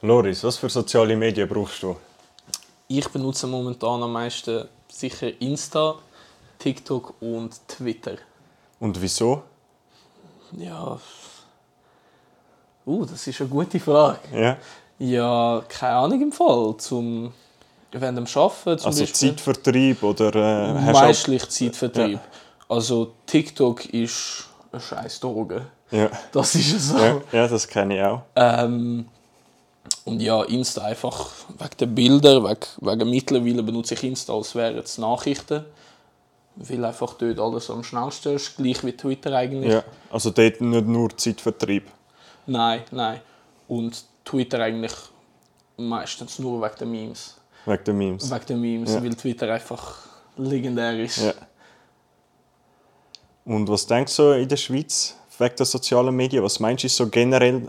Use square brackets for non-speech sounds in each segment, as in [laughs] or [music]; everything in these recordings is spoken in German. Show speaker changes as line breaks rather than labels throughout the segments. Loris, was für soziale Medien brauchst du?
Ich benutze momentan am meisten sicher Insta, TikTok und Twitter.
Und wieso?
Ja. Uh, das ist eine gute Frage.
Ja.
Ja, keine Ahnung im Fall. Zum, während dem Arbeiten zum
Also
Beispiel.
Zeitvertrieb oder äh, hast
Meistlich Zeitvertrieb. Also TikTok ist eine scheiß Droge.
du auch... ja.
Das ist so.
Ja. ja, das kenne ich auch.
Ähm, und ja, Insta einfach wegen den Bildern, wegen, wegen mittlerweile benutze ich Insta, als wären es Nachrichten. Weil einfach dort alles am schnellsten ist, gleich wie Twitter eigentlich.
Ja. Also dort nicht nur Zeitvertrieb.
Nein, nein. Und Twitter eigentlich meistens nur wegen den Memes.
Wegen den Memes.
Wegen den Memes, weil Twitter einfach legendär ist.
Ja. Und was denkst du in der Schweiz wegen der sozialen Medien? Was meinst du ist so generell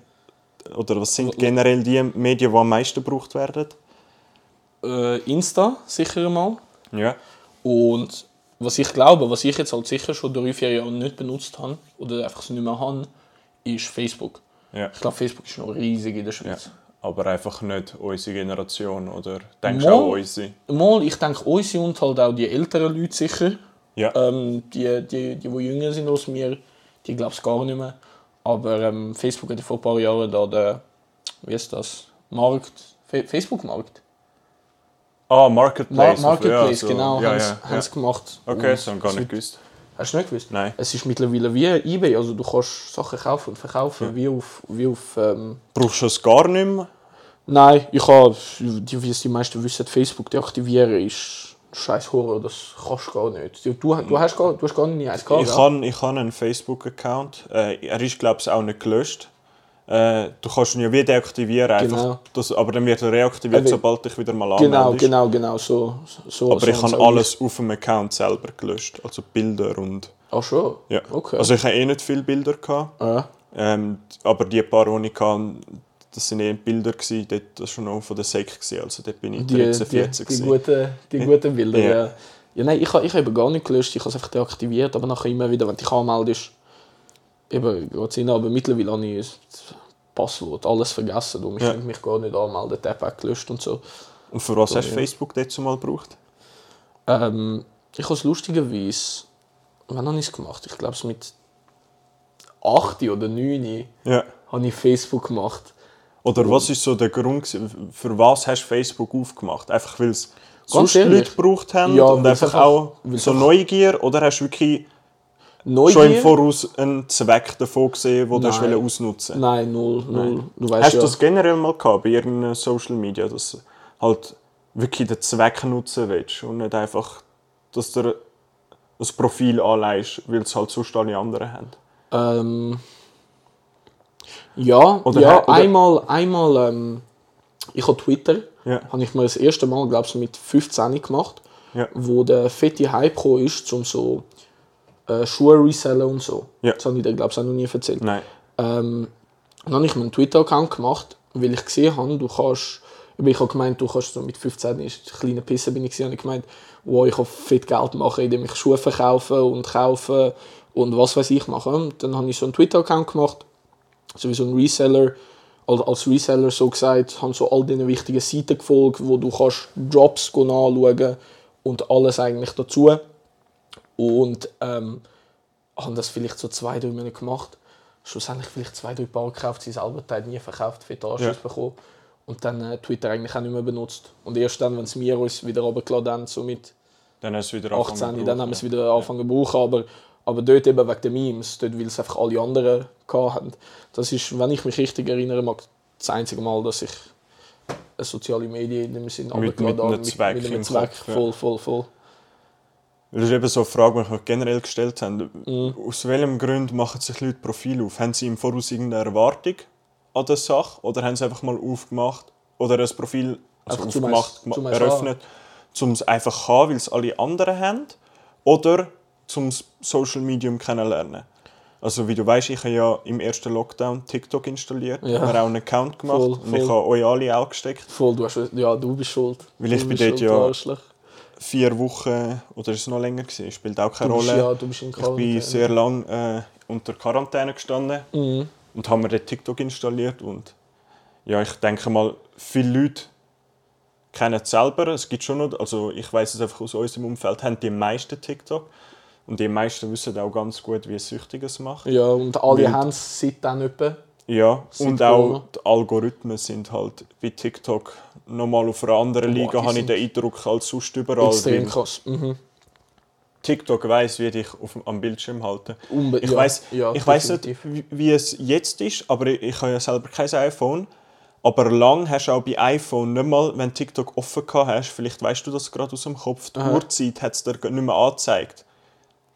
oder was sind generell die Medien, die am meisten gebraucht werden?
Äh, Insta sicher mal.
Ja.
Und was ich glaube, was ich jetzt halt sicher schon drei, vier Jahre nicht benutzt habe oder einfach nicht mehr habe, ist Facebook.
ja.
Ich glaube, Facebook ist noch riesig in der Schweiz.
Aber einfach nicht unsere Generation oder denkst
Mal.
du auch unsere?
Mal, ich denke, unsere und halt auch die älteren Leute sicher,
Ja.
ähm, die, die, die, die jünger sind als mir, die glaube ich gar nicht mehr. Aber ähm, Facebook hat ja vor ein paar Jahren da den, wie ist das, Markt, Fe- Facebook-Markt,
Ah, Marketplace.
Ma- Marketplace,
Ja, so-
genau,
Ja,
haben
ja, ja.
sie gemacht.
Okay,
Und
das haben wir gar
es
nicht
wird-
gewusst.
Hast du nicht gewusst?
Nein.
Es ist mittlerweile wie eBay, also du kannst Sachen kaufen und verkaufen, wie auf, wie auf ähm,
Brauchst du es gar nicht mehr?
Nein, ich habe, die, wie es die meisten wissen, Facebook deaktivieren ist scheiß Horror, das kannst du gar nicht. Du, du, du, hast, gar, du hast gar nicht eins gehabt,
Ich
gell?
habe ich han einen Facebook-Account. Äh, er ist, glaube ich, auch nicht gelöscht. Äh, du kannst ihn ja wieder deaktivieren, einfach,
Genau.
das, aber dann wird er reaktiviert,
Aber-
sobald dich wieder mal
Genau,
anmeldest.
genau, genau, so. so
Aber
so
ich habe
so.
alles auf dem Account selber gelöscht, also Bilder und...
Ach schon?
Ja.
Okay.
Also ich habe eh nicht viele Bilder, gehabt,
ja.
ähm, aber die paar, die ich hatte, das waren eh Bilder, gewesen, dort, das war schon noch von der Sek, gewesen, also dort bin ich
Die,
13,
die,
14
die,
gewesen.
guten,
[laughs]
die guten Bilder,
Ja.
ja. Ja, nein, ich habe ich habe eben gar nicht gelöscht, ich habe es einfach deaktiviert, aber nachher immer wieder, wenn du dich anmeldest, eben, geht es rein, aber mittlerweile habe ich das Passwort, alles vergessen, darum ich
Ja.
könnte mich gar nicht anmelden, die App auch gelöscht und so.
Und für was hast du
Ja.
Facebook dazu mal gebraucht?
Ähm, ich habe es lustigerweise, wann habe ich es gemacht? Ich glaube, es mit 8 oder 9
Ja.
habe ich Facebook gemacht.
Oder was ist so der Grund, gewesen, für was hast du Facebook aufgemacht? Einfach weil es sonst
ehrlich?
Leute gebraucht haben
Ja,
und
weil's
einfach
einfach-
auch
weil's
so
einfach-
Neugier? Oder hast du wirklich schon im
Neugier?
Voraus einen Zweck davon gesehen, den du hast
Nein.
wollen ausnutzen
Nein, null, null. Du weißt
Hast
ja.
du das generell mal gehabt bei irgendeinem Social Media, dass du halt wirklich den Zweck nutzen willst und nicht einfach, dass du das Profil anleihst, weil es halt sonst alle anderen haben?
Ähm, ja,
Oder
ja
hä- oder-
einmal, einmal ähm, ich habe Twitter,
Ja.
habe ich mir das erste Mal, glaube ich, mit 15 gemacht,
Ja.
wo der fette Hype gekommen ist, um so äh, Schuhe resellen und so.
Ja.
Das habe ich dir, glaube ich, auch noch nie erzählt.
Nein.
Ähm, dann habe ich mir einen Twitter-Account gemacht, weil ich gesehen habe, du kannst. Ich habe gemeint, du kannst so mit 15 ist kleine Pisse bin ich gewesen, habe ich gemeint, wow, ich kann fit Geld machen, indem ich Schuhe verkaufe und kaufe und was weiß ich mache. Und dann habe ich so einen Twitter-Account gemacht, so wie so ein Reseller, als, als Reseller so gesagt, habe so all diese wichtigen Seiten gefolgt, wo du kannst Drops go anschauen und alles eigentlich dazu. Und ähm, haben das vielleicht so zwei, drei Monate gemacht. Schlussendlich vielleicht zwei, drei Paar gekauft, sie selber Teil nie verkauft, viel Anschluss
Ja.
bekommen. Und dann äh, Twitter eigentlich auch nicht mehr benutzt. Und erst dann, wenn es mir uns wieder runtergeladen haben, so mit
Dann hast du wieder
18, dann haben wir es
wieder.
wieder angefangen zu brauchen. Aber, aber dort eben wegen den Memes, dort, weil es einfach alle anderen hatten. Das ist, wenn ich mich richtig erinnere, mag das einzige Mal, dass ich eine soziale Medien in dem Sinn
Mit- mit
runtergeladen habe.
einem Zweck
mit
im
einem Zweck,
Kopf, ja.
voll, voll, voll.
Das ist eben so eine Frage, die wir generell gestellt haben.
Mhm.
Aus welchem Grund machen sich Leute Profil auf? Haben sie im Voraus irgendeine Erwartung an der Sache oder haben sie einfach mal aufgemacht oder ein Profil also
Einfach zum
aufgemacht,
Eis- zum
gema-
Eis
eröffnet, um es einfach zu haben, weil es alle anderen haben oder zum S- Social Medium kennenlernen? Also wie du weißt, ich habe ja im ersten Lockdown TikTok installiert,
Ja.
habe mir auch einen Account gemacht
Voll,
und ich
voll.
habe euch alle auch gesteckt.
Voll, du hast, ja, du bist schuld.
Weil
du
ich bin
bist
dort
schuld,
ja-
du Arschloch.
Vier Wochen oder ist es noch länger gewesen, spielt auch keine
Du bist,
Rolle.
ja, du bist in
Ich bin sehr lange äh, unter Quarantäne gestanden
Mhm.
und habe mir den TikTok installiert und ja, ich denke mal, viele Leute kennen es selber. Es gibt schon noch, also ich weiß es einfach aus unserem Umfeld, haben die meisten TikTok. Und die meisten wissen auch ganz gut, wie süchtig es macht.
Ja, und alle haben es seitdem etwa.
Ja,
Seit
und
Corona.
auch die Algorithmen sind halt bei TikTok nochmal auf einer anderen
Boah,
Liga,
die
habe ich
sind
den Eindruck, als sonst überall.
Extrem
weil
krass. Mhm.
TikTok weiß, wie dich auf, am Bildschirm halten.
Unbe-
Ich
ja,
weiß,
ja,
ich weiß nicht,
definitiv.
wie- wie es jetzt ist, aber ich, ich habe ja selber kein iPhone. Aber lang hast du auch bei iPhone nicht mal, wenn TikTok offen gehabt hast, vielleicht weißt du das gerade aus dem Kopf, die
Aha.
Uhrzeit hat es dir nicht mehr angezeigt.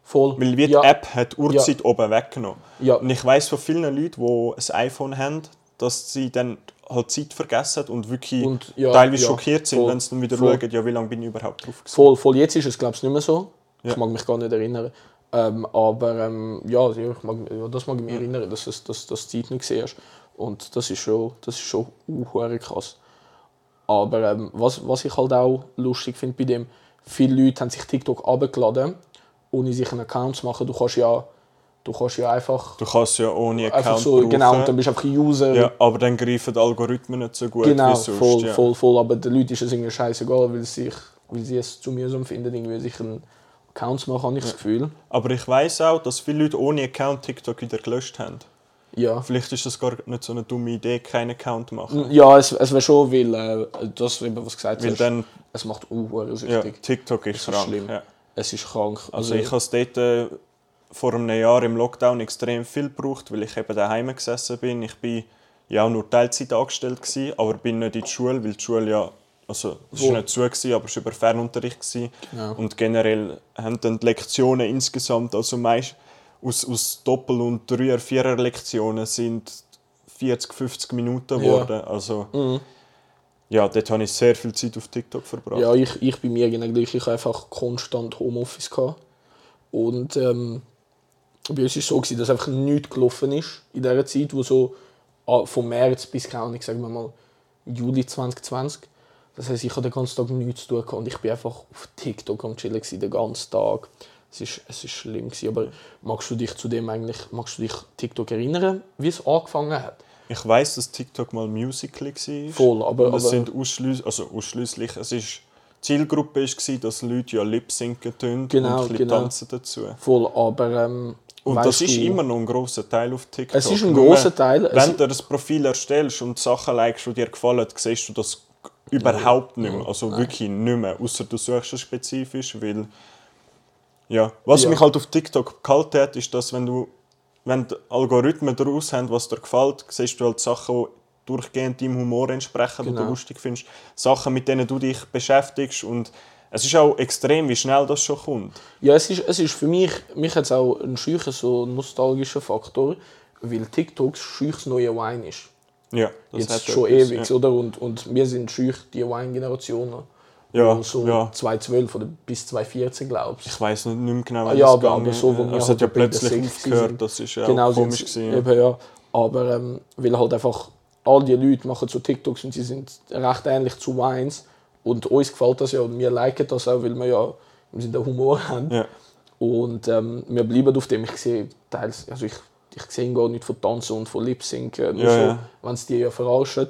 Voll.
Weil wie die
ja,
App hat die Uhrzeit oben weggenommen.
Ja,
Und ich weiß von vielen Leuten, die ein iPhone haben, dass sie dann halt Zeit vergessen und wirklich
Und ja,
teilweise
ja,
schockiert sind,
voll,
wenn sie dann wieder
voll.
schauen, ja, wie lange bin ich überhaupt drauf gewesen.
voll, voll. Jetzt ist es, glaube ich, nicht mehr so.
Ja.
Ich mag mich gar nicht erinnern. Ähm, aber ähm, ja, ja, ich mag, ja, das mag ich mich erinnern, dass es dass, dass die Zeit nicht gesehen hast. Und das ist schon, das ist schon uh, krass. Aber ähm, was, was ich halt auch lustig finde bei dem, viele Leute haben sich TikTok abgeladen, ohne sich einen Account zu machen. Du kannst ja, du kannst ja einfach,
Du kannst ja ohne Account
einfach so,
brauchen.
genau, und dann bist du einfach ein User.
Ja, aber dann greifen die Algorithmen nicht so gut
Genau,
wie sonst.
voll,
ja.
voll, voll. Aber den Leuten ist es irgendwie scheißegal, weil sie, sich, weil sie es zu mühsam finden, irgendwie sich einen Account zu machen, habe ich das Gefühl.
Aber ich weiß auch, dass viele Leute ohne Account TikTok wieder gelöscht haben.
Ja.
Vielleicht ist das gar nicht so eine dumme Idee, keinen Account machen.
Ja, es, es wäre schon, weil äh, Mhm. das, eben, was du gesagt
Weil
hast,
dann,
es macht unheuer
ja,
süchtig.
TikTok ist
Das ist
krank.
schlimm.
Ja.
Es ist krank.
Also ich habe es dort äh, vor einem Jahr im Lockdown extrem viel gebraucht, weil ich eben daheim gesessen bin. Ich bin ja auch nur Teilzeit angestellt, gewesen, aber bin nicht in die Schule, weil die Schule ja, also es
Wo?
war nicht zu, gewesen, aber es war über Fernunterricht. Gewesen.
Genau.
Und generell haben dann die Lektionen insgesamt, also meist aus, aus Doppel- und Dreier-, Vierer-Lektionen sind 40, 50 Minuten
Ja.
geworden. Also
Mhm.
ja, dort habe ich sehr viel Zeit auf TikTok verbracht.
Ja, ich, ich bei mir genau gleich. Ich habe einfach konstant Homeoffice gehabt. Und ähm, bei uns war es so, gewesen, dass einfach nichts gelaufen ist in dieser Zeit, wo so ah, von März bis, keine Ahnung, sagen wir mal, Juli 2020. Das heisst, ich hatte den ganzen Tag nichts zu tun gehabt und ich bin einfach auf TikTok am Chillen gewesen, den ganzen Tag. Es ist, es ist schlimm gewesen, aber magst du dich zu dem eigentlich, magst du dich TikTok erinnern, wie es angefangen hat?
Ich weiß, dass TikTok mal Musical.ly war.
Voll, aber-
Und es
aber-
sind ausschließlich, also ausschließlich, es ist Zielgruppe ist gewesen, dass Leute ja Lip sinken tun
Genau,
und ein bisschen
genau.
tanzen dazu.
Voll, aber ähm,
Und
weisst
das ist
du-
immer noch ein großer Teil auf TikTok.
Es ist ein
Nur,
grosser Teil. Es-
Wenn du ein Profil erstellst und Sachen likest, die dir gefallen, siehst du das überhaupt nicht mehr. Also wirklich nicht mehr. Außer du suchst es spezifisch, weil. Ja. Was
Ja.
mich halt auf TikTok gehalten hat, ist, dass wenn du. Wenn die Algorithmen daraus haben, was dir gefällt, siehst du halt Sachen, die durchgehend deinem Humor entsprechen, die du
Genau.
lustig findest. Sachen, mit denen du dich beschäftigst. Und es ist auch extrem, wie schnell das schon kommt.
Ja, es ist, es ist für mich, mich hat auch einen scheuchen, so nostalgischen Faktor, weil TikTok scheuches neue Wein ist.
Ja, das
Jetzt
hat
schon
etwas,
ewig,
Ja.
oder? Und, und wir sind scheuch die Wein-Generation.
Ja,
Und so
ja.
2012 oder bis 2014, glaube ich.
Ich weiß nicht, nicht mehr genau,
Ah,
wann
ja,
das
aber- aber
gegangen
so, wo
ist.
wir
Es hat
halt
ja
etwa in der
plötzlich
Sechzig
aufgehört,
sind.
das ist ja
genau,
auch komisch.
sind's-
Gewesen.
Eben, ja. Aber ähm, weil halt einfach all die Leute machen so TikToks und sie sind recht ähnlich zu Wines. Und uns gefällt das ja und wir liken das auch, weil wir ja im Sinne den Humor haben.
Ja.
Und ähm, wir bleiben auf dem. Ich sehe teils, also ich, ich sehe gar nicht von Tanzen und von Lip-Sinken, nur
Ja,
so,
ja.
wenn es die ja verarschen.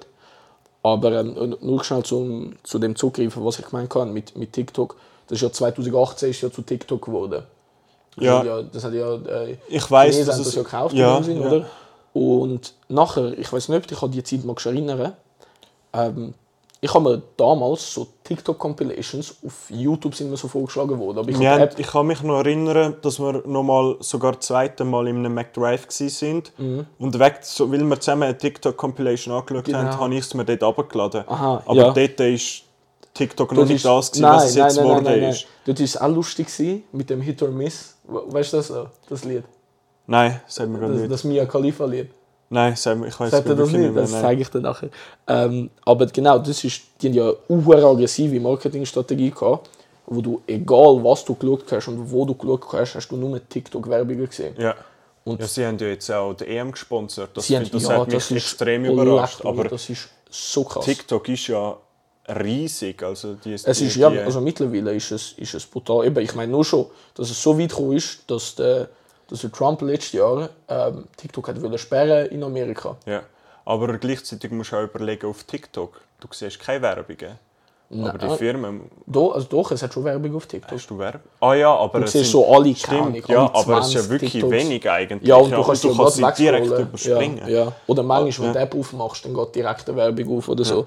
Aber ähm, und nur schnell zum, zu dem zugreifen, was ich gemeint habe mit, mit TikTok. Das ist ja 2018 ist ja zu TikTok geworden. Das
Ja.
hat ja, das hat ja äh,
Ich weiß,
Chinesen
dass
haben das
es.
ja gekauft in
ja,
dem Sinn,
ja.
oder? Und nachher, ich weiß nicht, ob du dich an die Zeit magst erinnern. Ähm, ich habe mir damals so TikTok-Compilations auf YouTube sind mir so vorgeschlagen worden. Aber ich
Wir
habe die
haben,
App-
ich kann mich noch erinnern, dass wir nochmal sogar das zweite Mal in einem McDrive waren. Und weg, so, weil wir zusammen eine TikTok-Compilation angeschaut
Mhm. Genau.
haben, habe ich es mir dort abgeladen.
Aha,
Aber
ja.
dort ist TikTok noch
Dort
nicht
ist-
das, gewesen, was es jetzt geworden ist.
Dort war es auch lustig gewesen, mit dem Hit or Miss. We- Weißt du das noch, das Lied?
Nein, sagen wir gar
Das,
nicht.
das Mia Khalifa Lied.
Nein, sagen wir, ich weiß
Sagt er das nicht? Das
nein.
zeige ich dir nachher. Ähm, aber genau, das ist, die haben ja eine huere aggressive Marketingstrategie gehabt, wo du, egal was du geschaut hast und wo du geschaut hast, hast du nur TikTok-Werbungen gesehen.
Ja.
Und-
ja, sie haben ja jetzt auch die EM gesponsert. Das,
Sie haben-
das
ja,
hat mich
das ist
extrem
leck,
überrascht.
Bruder,
Aber
das ist so krass.
TikTok ist ja riesig. Also die
Es
die-
ist, ja,
die-
also mittlerweile ist es, ist es brutal. Eben, ich meine nur schon, dass es so weit gekommen ist, dass der, dass der Trump letztes Jahr ähm, TikTok hat wollen sperren in Amerika.
ja. Aber gleichzeitig musst du auch überlegen auf TikTok. Du siehst keine Werbungen.
Nein.
Aber die Firmen.
Do, also doch, es hat schon Werbung auf TikTok.
Hast du Werbung? Ah ja, aber
Du siehst schon alle, keine Ahnung,
Stimmt, ja,
alle
aber es ist ja
20
wirklich
TikToks.
wenig eigentlich.
Ja, und du kannst,
du
die
kannst sie
grad
direkt
wegscrollen.
überspringen.
Ja, ja. Oder manchmal, wenn du die App aufmachst, dann geht direkt eine Werbung auf oder so.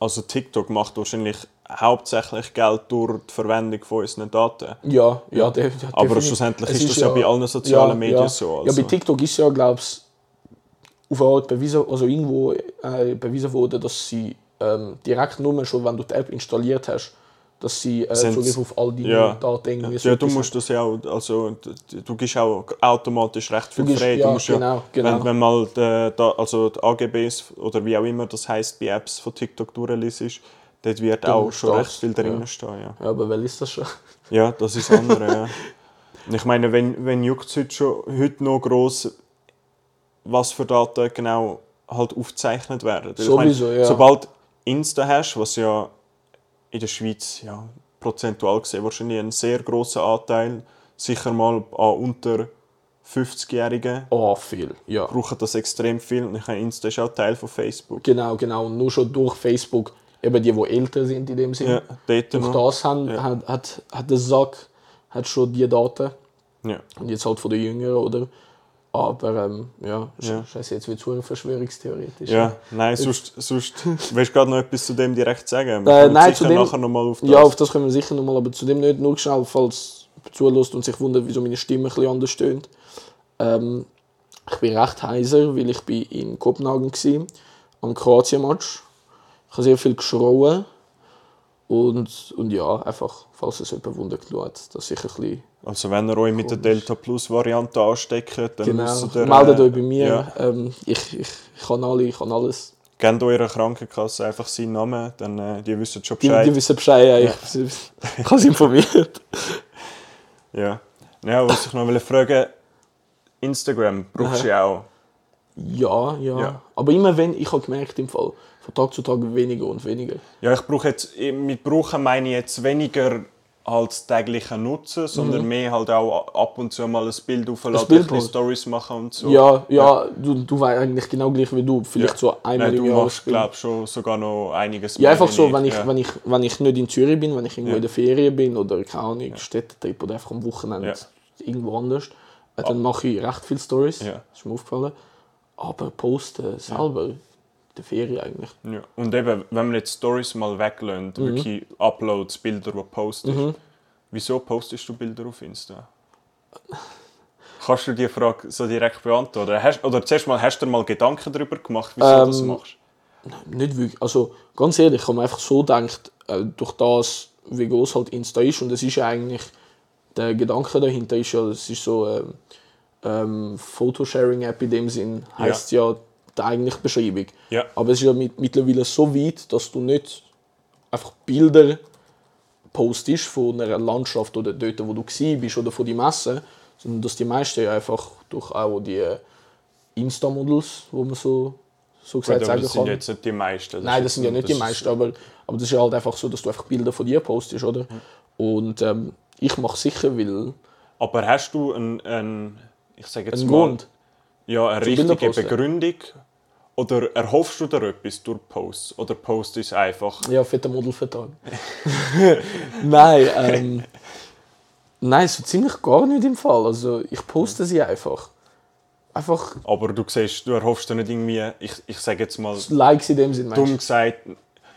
Also TikTok macht wahrscheinlich hauptsächlich Geld durch die Verwendung von unseren Daten.
Ja, ja, de, ja definitiv.
schlussendlich
Es
ist das ja bei allen sozialen Medien so,
Ja,
also.
bei TikTok ist ja, glaube ich, auf eine Art bewiesen, also irgendwo äh, bewiesen wurde, dass sie ähm, direkt nur schon, wenn du die App installiert hast, dass sie äh,
Sind-
Zugriff auf all deine
ja.
Daten irgendwie
Ja, du
sollten.
musst das ja auch, also d- d- du gibst auch automatisch recht viel
Du gibst-
frei. Du
ja,
musst
genau, genau.
Wenn, wenn mal die, da- also die AGBs oder wie auch immer das heißt bei Apps von TikTok durchliest, dort wird auch
musst
schon
das,
recht viel drin
ja.
stehen. Ja.
Ja, aber wer ist das schon? [laughs]
ja, das ist das andere. ja. Und [laughs] Ich meine, wenn, wenn juckt es heute, schon- heute noch gross, was für Daten genau halt aufgezeichnet werden. Weil ich meine,
Sowieso, ja.
Sobald Insta hast, was ja in der Schweiz ja, prozentual gesehen wahrscheinlich ein sehr großer Anteil, sicher mal an unter 50-Jährigen,
Oh, viel, ja.
brauchen das extrem viel. Und ich meine, Insta ist auch Teil von Facebook.
Genau, genau. Und nur schon durch Facebook, eben die, die älter sind in dem Sinne.
Ja, dort
Durch
noch.
das haben, hat, hat, hat der Sack hat schon die Daten.
Ja.
Und jetzt halt von den Jüngeren, oder? Aber ähm, ja,
Ja.
ja. scheiße, jetzt wird es eine Verschwörungstheoretisch.
Ja, nein, sonst, sonst willst du gerade noch etwas zu dem direkt sagen. Wir
Äh,
kommen
nein,
sicher
zu dem-
nachher nochmal auf das.
Ja, auf das können wir sicher nochmal, aber zu dem nicht. Nur schnell, falls jemand zulässt und sich wundert, wieso meine Stimme ein bisschen anders tönt. Ähm, ich bin recht heiser, weil ich bin in Kopenhagen war, am Kroatien-Match. Ich habe sehr viel geschrauen. Und, und ja, einfach, falls es jemand wundert, schaut, dass ich ein bisschen...
Also wenn ihr euch mit der Delta Plus Variante ansteckt, dann
Genau,
müsst ihr... äh,
meldet euch bei mir.
Ja,
Ähm, ich, ich, ich kann alle, ich kann alles.
gebt eurer Krankenkasse einfach seinen Namen, dann äh, die wissen schon
Die,
Bescheid.
die wissen Bescheid, ja. ich, ich habe
[laughs]
sie informiert.
Ja. ja, was ich noch wollte fragen Instagram brauchst du ja auch.
Ja, ja,
Ja.
Aber immer wenn, ich habe gemerkt, im Fall von Tag zu Tag weniger und weniger.
Ja, ich brauche jetzt, mit brauchen meine ich jetzt weniger als täglichen Nutzen, sondern
Mhm.
mehr halt auch ab und zu mal ein Bild aufladen, ein
Bild
bisschen
halt.
Stories machen und so.
Ja, ja, du, du warst eigentlich genau gleich wie du. Vielleicht so einmal
Nein, du
im Jahr.
machst,
spielen.
glaube ich, schon sogar noch einiges
ja,
mehr
einfach
wie
so, wenn ich,
Ja.
wenn, ich, wenn ich nicht in Zürich bin, wenn ich irgendwo
Ja.
in der Ferien bin oder keine Ahnung, Städtetrip oder einfach am Wochenende irgendwo anders, äh, dann mache ich recht viele Stories.
Ah. Ja.
Ist mir aufgefallen. Aber posten selber, in der Ferien eigentlich.
Ja. Und eben, wenn wir jetzt Stories mal weglösen,
Mhm.
wirklich Uploads, Bilder, die du postest. Wieso postest du Bilder auf Insta? Kannst du die Frage so direkt beantworten? Oder, hast, oder zuerst mal, hast du dir mal Gedanken darüber gemacht, wieso du
Ähm,
das machst?
Nicht wirklich. Also ganz ehrlich, ich habe mir einfach so gedacht, äh, durch das, wie groß halt Insta ist, und es ist ja eigentlich, der Gedanke dahinter ist ja, es ist so ähm, ähm, Photosharing-App in dem Sinn, heißt ja, die eigentliche Beschreibung.
Ja.
Aber es ist ja mit, mittlerweile so weit, dass du nicht einfach Bilder postest von einer Landschaft oder dort, wo du gewesen bist oder von die Messe, sondern dass die meisten ja einfach durch auch die Insta-Models, wo man so, so
Gut,
gesagt
aber
sagen
das sind
kann.
jetzt nicht die meisten. Das
Nein,
ist
das sind
jetzt
ja nicht die
das ist-
meisten, aber, aber das ist halt einfach so, dass du einfach Bilder von dir postest, oder? Und ähm, ich mache sicher, weil...
Aber hast du einen, einen ich sage jetzt
Ein
mal,
Grund?
Ja, eine
Bilder
richtige
posten?
Begründung? Oder erhoffst du dir etwas durch Posts? Oder postest einfach?
Ja, fetter Modelvertrag. [laughs] nein, ähm, nein, so ziemlich gar nicht im Fall. Also ich poste sie einfach. Einfach
Aber du siehst, du erhoffst dir nicht irgendwie, ich, ich sage jetzt mal,
Likes in dem Sinn, meinst
dumm gesagt,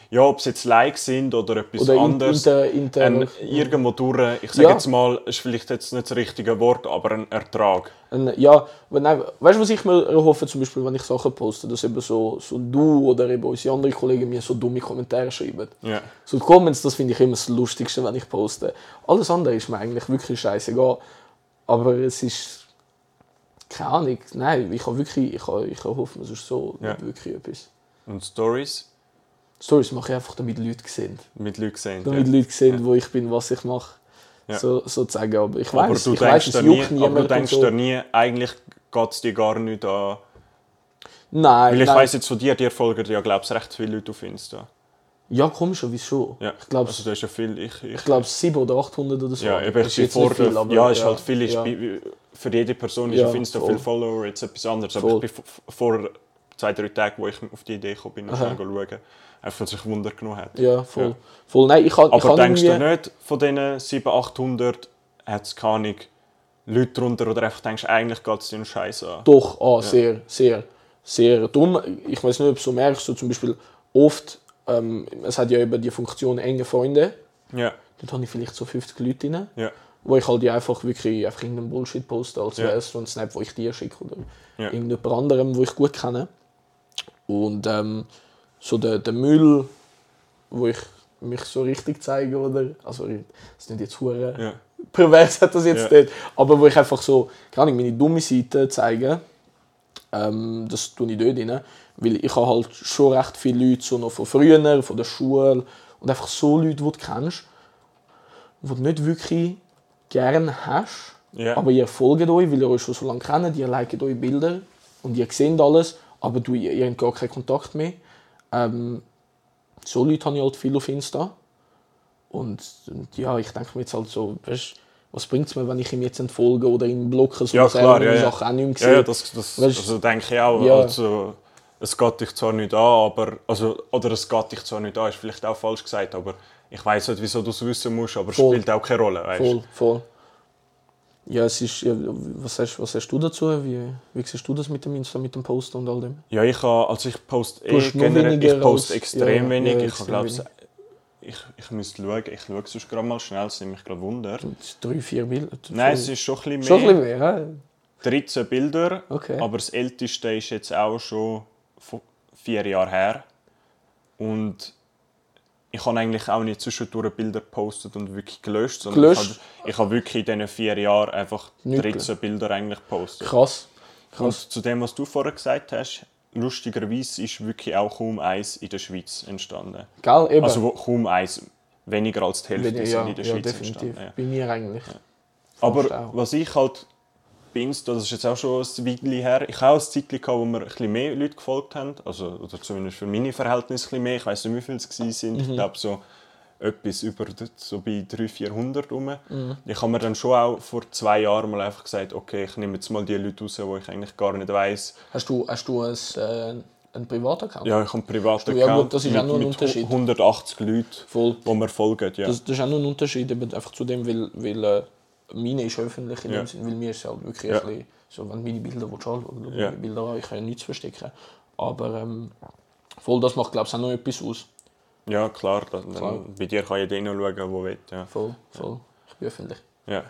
ja, ob es jetzt Likes sind oder etwas
Oder in-
anderes.
inter- inter-
ein, irgendwo durch, ich sage
Ja.
jetzt mal, ist vielleicht jetzt nicht das richtige Wort, aber ein Ertrag.
du? Ein- Ja, aber nein, weißt du, was ich mir erhoffe, zum Beispiel, wenn ich Sachen poste, dass eben so, so du oder eben unsere anderen Kollegen mir so dumme Kommentare schreiben.
Ja.
So die Comments, das finde ich immer das Lustigste, wenn ich poste. Alles andere ist mir eigentlich wirklich scheißegal. Aber es ist. Keine Ahnung. Nein, ich habe wirklich. Ich, habe, ich hoffe, es ist so
Ja.
nicht wirklich etwas.
Und Stories
Stories mache ich einfach, damit Leute sehen.
mit Leuten sehen.
Damit
ja.
Leute sehen, wo ich bin, was ich mache.
Ja.
So, sozusagen. Aber ich
Aber
weiß,
du
ich weiß,
denkst
es
dir
juckt
nie, aber du
niemand. und
denkst
so.
dir nie, eigentlich geht es dir gar nicht an.
Nein,
Weil ich
nein.
weiss jetzt von dir, dir folgen ja, glaube ich, recht viele Leute auf Insta.
Ja, komischerweise schon.
Ja.
Ich glaube,
also, du hast ja viel. Ich, ich,
ich glaube 700 oder 800 oder so.
ja, eben, ich
Das ist
bin
jetzt nicht
vor der-
aber
ja, ist halt viel. Ist
ja.
bei- Für jede Person ist
Ja,
auf Insta
voll.
viel Follower, jetzt etwas anderes. Aber
Voll.
ich bin vor- vor zwei, drei Tage, wo ich auf die Idee gekommen bin, noch schnell schauen. Einfach, weil es sich Wunder genommen hat.
Ja, voll.
Ja.
voll. Nein, ich kann, ich
Aber
kann
denkst
irgendwie...
du nicht, von diesen 700, 800 hat es keine Ahnung, Leute drunter oder einfach denkst, eigentlich geht es dir Scheiß an?
Doch, ah, sehr, sehr, sehr dumm. Ich weiß nicht, ob du so merkst, so zum Beispiel oft, ähm, es hat ja eben die Funktion enge Freunde,
Ja,
dort habe ich vielleicht so 50 Leute drin,
ja,
wo ich halt die einfach wirklich einfach irgendeinen Bullshit poste, als
Ja.
wäre es so ein Snap, wo ich dir schicke oder
Ja.
irgendjemand anderem, wo ich gut kenne. Und ähm, so der, der Müll, wo ich mich so richtig zeige, oder? Also, das sind jetzt Huren
ja.
pervers hat das jetzt
Ja.
nicht. Aber wo ich einfach so, keine Ahnung, meine dumme Seite zeige, ähm, das tue ich dort rein. Weil ich habe halt schon recht viele Leute so noch von früher, von der Schule und einfach so Leute, die du kennst, die du nicht wirklich gern hast,
Ja.
aber ihr folgt euch, weil ihr euch schon so lange kennt, ihr liket euch Bilder und ihr seht alles, aber du, ihr, ihr habt gar keinen Kontakt mehr. Ähm, so Leute habe ich halt viel auf Insta. Und, und ja, ich denke mir jetzt halt so, weißt, was bringt es mir, wenn ich ihm jetzt entfolge oder ihn blocke, so
Ja,
dass
klar,
er
ja,
meine
ja.
Sachen auch nicht mehr sieht.
Ja, ja, das, das
Weißt-
also denke ich auch.
Ja.
Also, es geht dich zwar nicht an, aber. Also, oder es geht dich zwar nicht an, ist vielleicht auch falsch gesagt, aber ich weiß nicht, wieso du es wissen musst, aber es
Voll.
spielt auch keine Rolle. Weißt?
voll, voll. Ja, es ist, ja, was, hast, was hast du dazu? Wie, wie siehst du das mit dem Insta, mit dem Posten und all dem?
Ja, ich habe. Also, ich poste eh
hast nur
generell.
weniger
Ich poste
als-
extrem
ja,
wenig.
ja,
ich
extrem
glaube,
wenig.
ich, ich müsste schauen. Ich schaue sonst gerade mal schnell, es nimmt mich gerade Wunder.
Drei, vier Bilder?
Nein, es ist schon ein bisschen mehr.
Schon ein bisschen mehr, hä?
13 Bilder,
Okay.
aber das älteste ist jetzt auch schon vo- vier Jahre her. Und ich habe eigentlich auch nicht zwischendurch Bilder gepostet und wirklich gelöscht, sondern
Gelöscht?
Ich, habe, ich habe wirklich in diesen vier Jahren einfach
Nicht
13 Bilder eigentlich gepostet.
Krass.
Und
Krass.
zu dem, was du vorher gesagt hast, lustigerweise ist wirklich auch kaum eins in der Schweiz entstanden.
Gell, eben.
Also wo- kaum eins, weniger als die Hälfte
Wenn-
sind
ja,
in der
ja,
Schweiz
definitiv.
entstanden. Ja.
Bei mir eigentlich. Fast
Aber
auch.
was ich halt bei Insta, das ist jetzt auch schon ein Weile her, ich habe auch ein Zeitchen, gehabt, wo mir ein bisschen mehr Leute gefolgt haben, also, oder zumindest für meine Verhältnisse ein bisschen mehr, ich weiß nicht, wie viele es waren,
Mhm.
ich glaube so etwas über so bei 300, 400 rum.
Mhm.
Ich habe mir dann schon auch vor zwei Jahren mal einfach gesagt, okay, ich nehme jetzt mal die Leute raus, wo ich eigentlich gar nicht weiß.
Hast du, hast du ein, äh, einen Privataccount?
Ja, ich habe einen privaten
Ja, gut,
Account
das ist auch noch ein Unterschied.
180 Leuten,
Voll.
die mir folgen, ja.
Das, das ist auch noch ein Unterschied, eben einfach zu dem, weil, weil äh, meine ist öffentlich in
Ja.
dem Sinn, weil mir ist halt wirklich
Ja.
ein bisschen, so, wenn du meine Bilder willst, schau schau
Ja.
meine Bilder an, ich kann ja nichts verstecken. Aber ähm, voll, das macht glaube ich auch noch etwas aus.
ja, klar, dann,
Klar.
Dann, bei dir kann jeder hinschauen, der will, ja.
Voll, voll. Ich bin öffentlich.
Ja.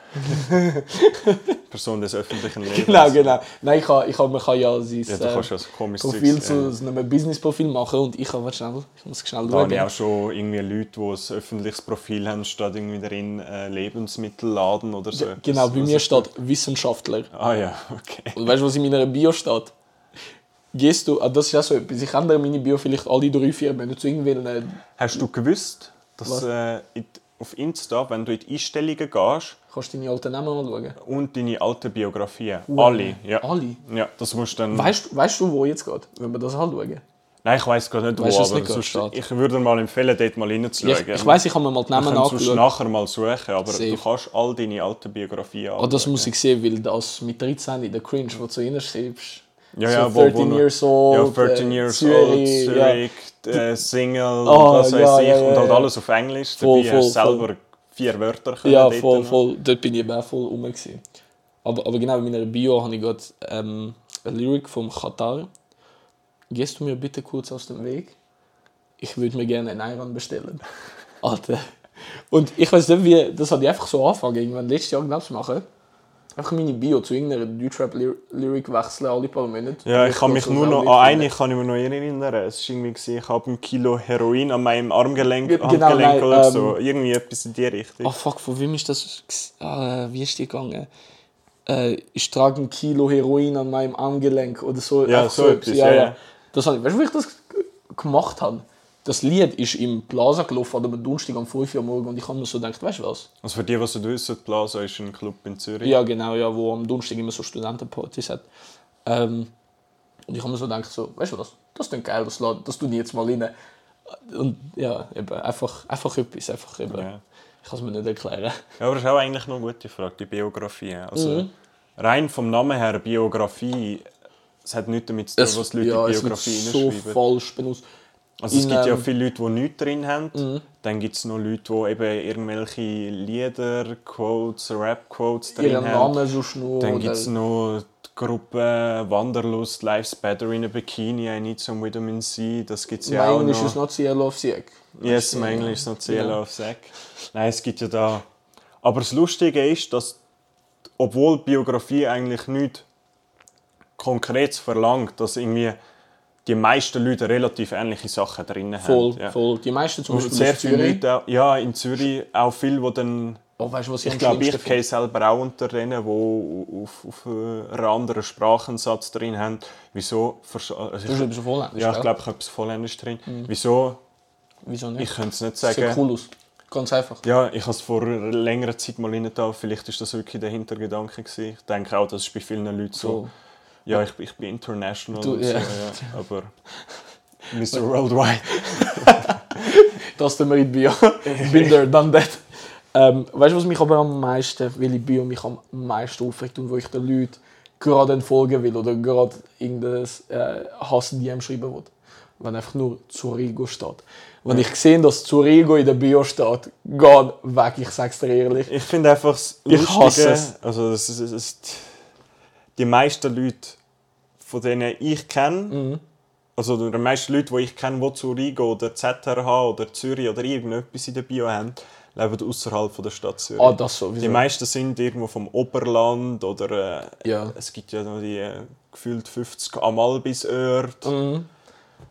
Person des öffentlichen Lebens.
[laughs] Genau, genau. Nein, ich kann, ich kann, man kann ja sein
Ja, du
äh,
kannst ja so komisch
Profil
Zeugs, äh,
zu so einem Business-Profil machen und ich kann, warte schnell, ich muss schnell
Da
schauen.
habe ich auch schon irgendwie Leute, die ein öffentliches Profil haben, statt irgendwie drin äh, Lebensmittelladen oder so. etwas.
genau, bei
Was
mir
ist-
steht Wissenschaftler.
Ah ja, okay.
Und weißt du, was in meiner Bio steht? Gehst du, ah, das ist auch so etwas, ich ändere meine Bio vielleicht alle drei, vier Monate zu irgendwelchen. Äh,
Hast du gewusst, dass
Was?
äh, in, auf Insta, wenn du in die Einstellungen gehst
kannst du deine alten Namen anschauen?
und deine alten Biografien, alle, ja.
Alle?
Ja, das musst du dann...
Weißt, weißt du, wo jetzt geht, wenn wir das anschauen?
Nein, ich weiß gerade nicht, wo,
Weißt du, was
aber
nicht gerade
sonst,
steht?
ich würde mal empfehlen, dort mal
Ja,
reinzuschauen.
ich ich weiß, ich habe mir mal die
Wir
Namen
können sonst
angeschaut.
nachher mal suchen, aber
Safe.
du kannst all deine alten Biografien
Ah, das muss ich sehen, weil das mit 13 in der Cringe, wo du so reinschreibst.
Ja,
so
ja, wo- wo
13
noch-
years old.
Ja, 13
äh,
years old,
Zürich, Ja.
Zürich, äh, Single,
Ah,
was weiß
ja,
ich.
ja,
und
ja,
halt
ja.
alles auf Englisch.
Voll,
Dabei hast du
voll,
selber vier Wörter können
Ja,
dort
voll,
noch.
voll. Dort bin ich eben auch voll rum. gewesen. Aber, aber genau, in meiner Bio habe ich gerade ähm, eine Lyric vom Katar. Gehst du mir bitte kurz aus dem Weg? Ich würde mir gerne einen Iron bestellen.
[laughs]
Alter. Und ich weiß nicht, wie, das hat ich einfach so angefangen, irgendwann letztes Jahr, glaube ich, zu machen. Einfach meine Bio zu irgendeiner Deutschrap-Lyric wechseln, alle paar Monate.
Ja, ich kann mich
das
nur noch
auch nicht
an
finden.
eine kann ich mich noch erinnern. Es war irgendwie, gewesen, ich habe ein Kilo Heroin an meinem Armgelenk,
Ge- genau,
Handgelenk
nein,
oder
ähm,
so. Irgendwie etwas in die Richtung.
Ah, fuck, von wem ist das? g's- Ah, wie ist die gegangen? Äh, ich trage ein Kilo Heroin an meinem Armgelenk oder so.
Ja,
einfach
so etwas, ja, ja.
Das hab ich, weißt du, wie ich das g- gemacht habe? Das Lied ist im Plaza gelaufen an einem Donnerstag um 5 Uhr am morgen und ich habe mir so gedacht, weißt du was?
Also für die, die es nicht wissen, die Plaza ist ein Club in Zürich.
Ja, genau, ja, wo am Donnerstag immer so Studentenpartys hat. Ähm, und ich habe mir so gedacht, so, weißt du was, das klingt geil, das, lad- das tue ich jetzt mal rein. Und ja, eben, einfach, einfach etwas, einfach eben.
Ja.
Ich kann es mir nicht erklären.
Ja, aber das ist auch eigentlich
Mhm.
noch eine gute Frage, die Biografie. Also, Rein vom Namen her, Biografie, es hat nichts damit zu tun, was die Leute in die Biografie
es wird so
hineinschreiben.
falsch benutzt.
Also es
In, Mhm.
gibt ja
ähm,
viele Leute, die nichts drin haben. Dann gibt es noch Leute, die eben irgendwelche Lieder, Quotes, Rap-Quotes drin
Ihren
haben.
Namen sonst nur.
halt, Dann
oder-
gibt es noch die Gruppe Wanderlust, Life's Better in a Bikini, I Need Some Vitamin C. Das gibt es ja
Mein
auch
Englisch
noch.
ist not CL auf Sieg.
Yes, mein Englisch ist noch CL auf Sack. Nein, es gibt ja da. Aber das Lustige ist, dass, obwohl die Biografie eigentlich nichts Konkretes verlangt, dass irgendwie die meisten Leute relativ ähnliche Sachen drin
Voll,
haben. Ja.
voll. Die meisten zum
Und
Beispiel
sehr
aus
viele
Zürich.
Leute, auch, ja, in Zürich auch viele, die dann.
Oh, weißt du, was ich,
Ich
am
glaube, ich
schlimmsten finde?
kenne selber auch unter denen, die auf, auf einer anderen Sprachensatz drin haben. Wieso. versch- Also
Du
ich,
bist voll Holländisch,
ja, ich
gell?
glaube, ich habe es Volländisch drin. Wieso?
Wieso
Ich
nicht?
könnte es nicht
Mhm. Das
sagen.
sieht cool aus. Ganz einfach.
Ja, ich habe es vor längerer Zeit mal reingetan. Vielleicht ist das wirklich der Hintergedanke. Gewesen. Ich denke auch, das ist bei vielen Leuten so.
Voll.
Ja, ich, ich bin international.
Du-
und so,
ja.
ja.
[laughs]
aber Mr. Worldwide.
Das tun wir in die Bio.
[laughs]
Bin there, done that. Ähm, weißt du, was mich aber am meisten, weil die Bio mich am meisten aufregt und wo ich den Leuten gerade entfolgen will oder gerade irgendein äh, Hass-DM schreiben will? Wenn einfach nur Zurigo steht. Wenn ich sehe, dass Zurigo in der Bio steht, geht weg, ich sag's dir ehrlich.
Ich finde einfach das
Ich hasse
Lustige-
es.
Also, das ist, es ist die meisten Leute, von denen ich kenne, also die meisten Leute, die ich kenne, die zu Rigo oder ZRH oder Zürich oder irgendetwas in der Bio haben, leben außerhalb von der Stadt Zürich.
Ah, das
Die
sowieso.
meisten sind irgendwo vom Oberland oder äh,
Ja.
es gibt ja noch die äh, gefühlt 50 Amalbisörte
Mhm.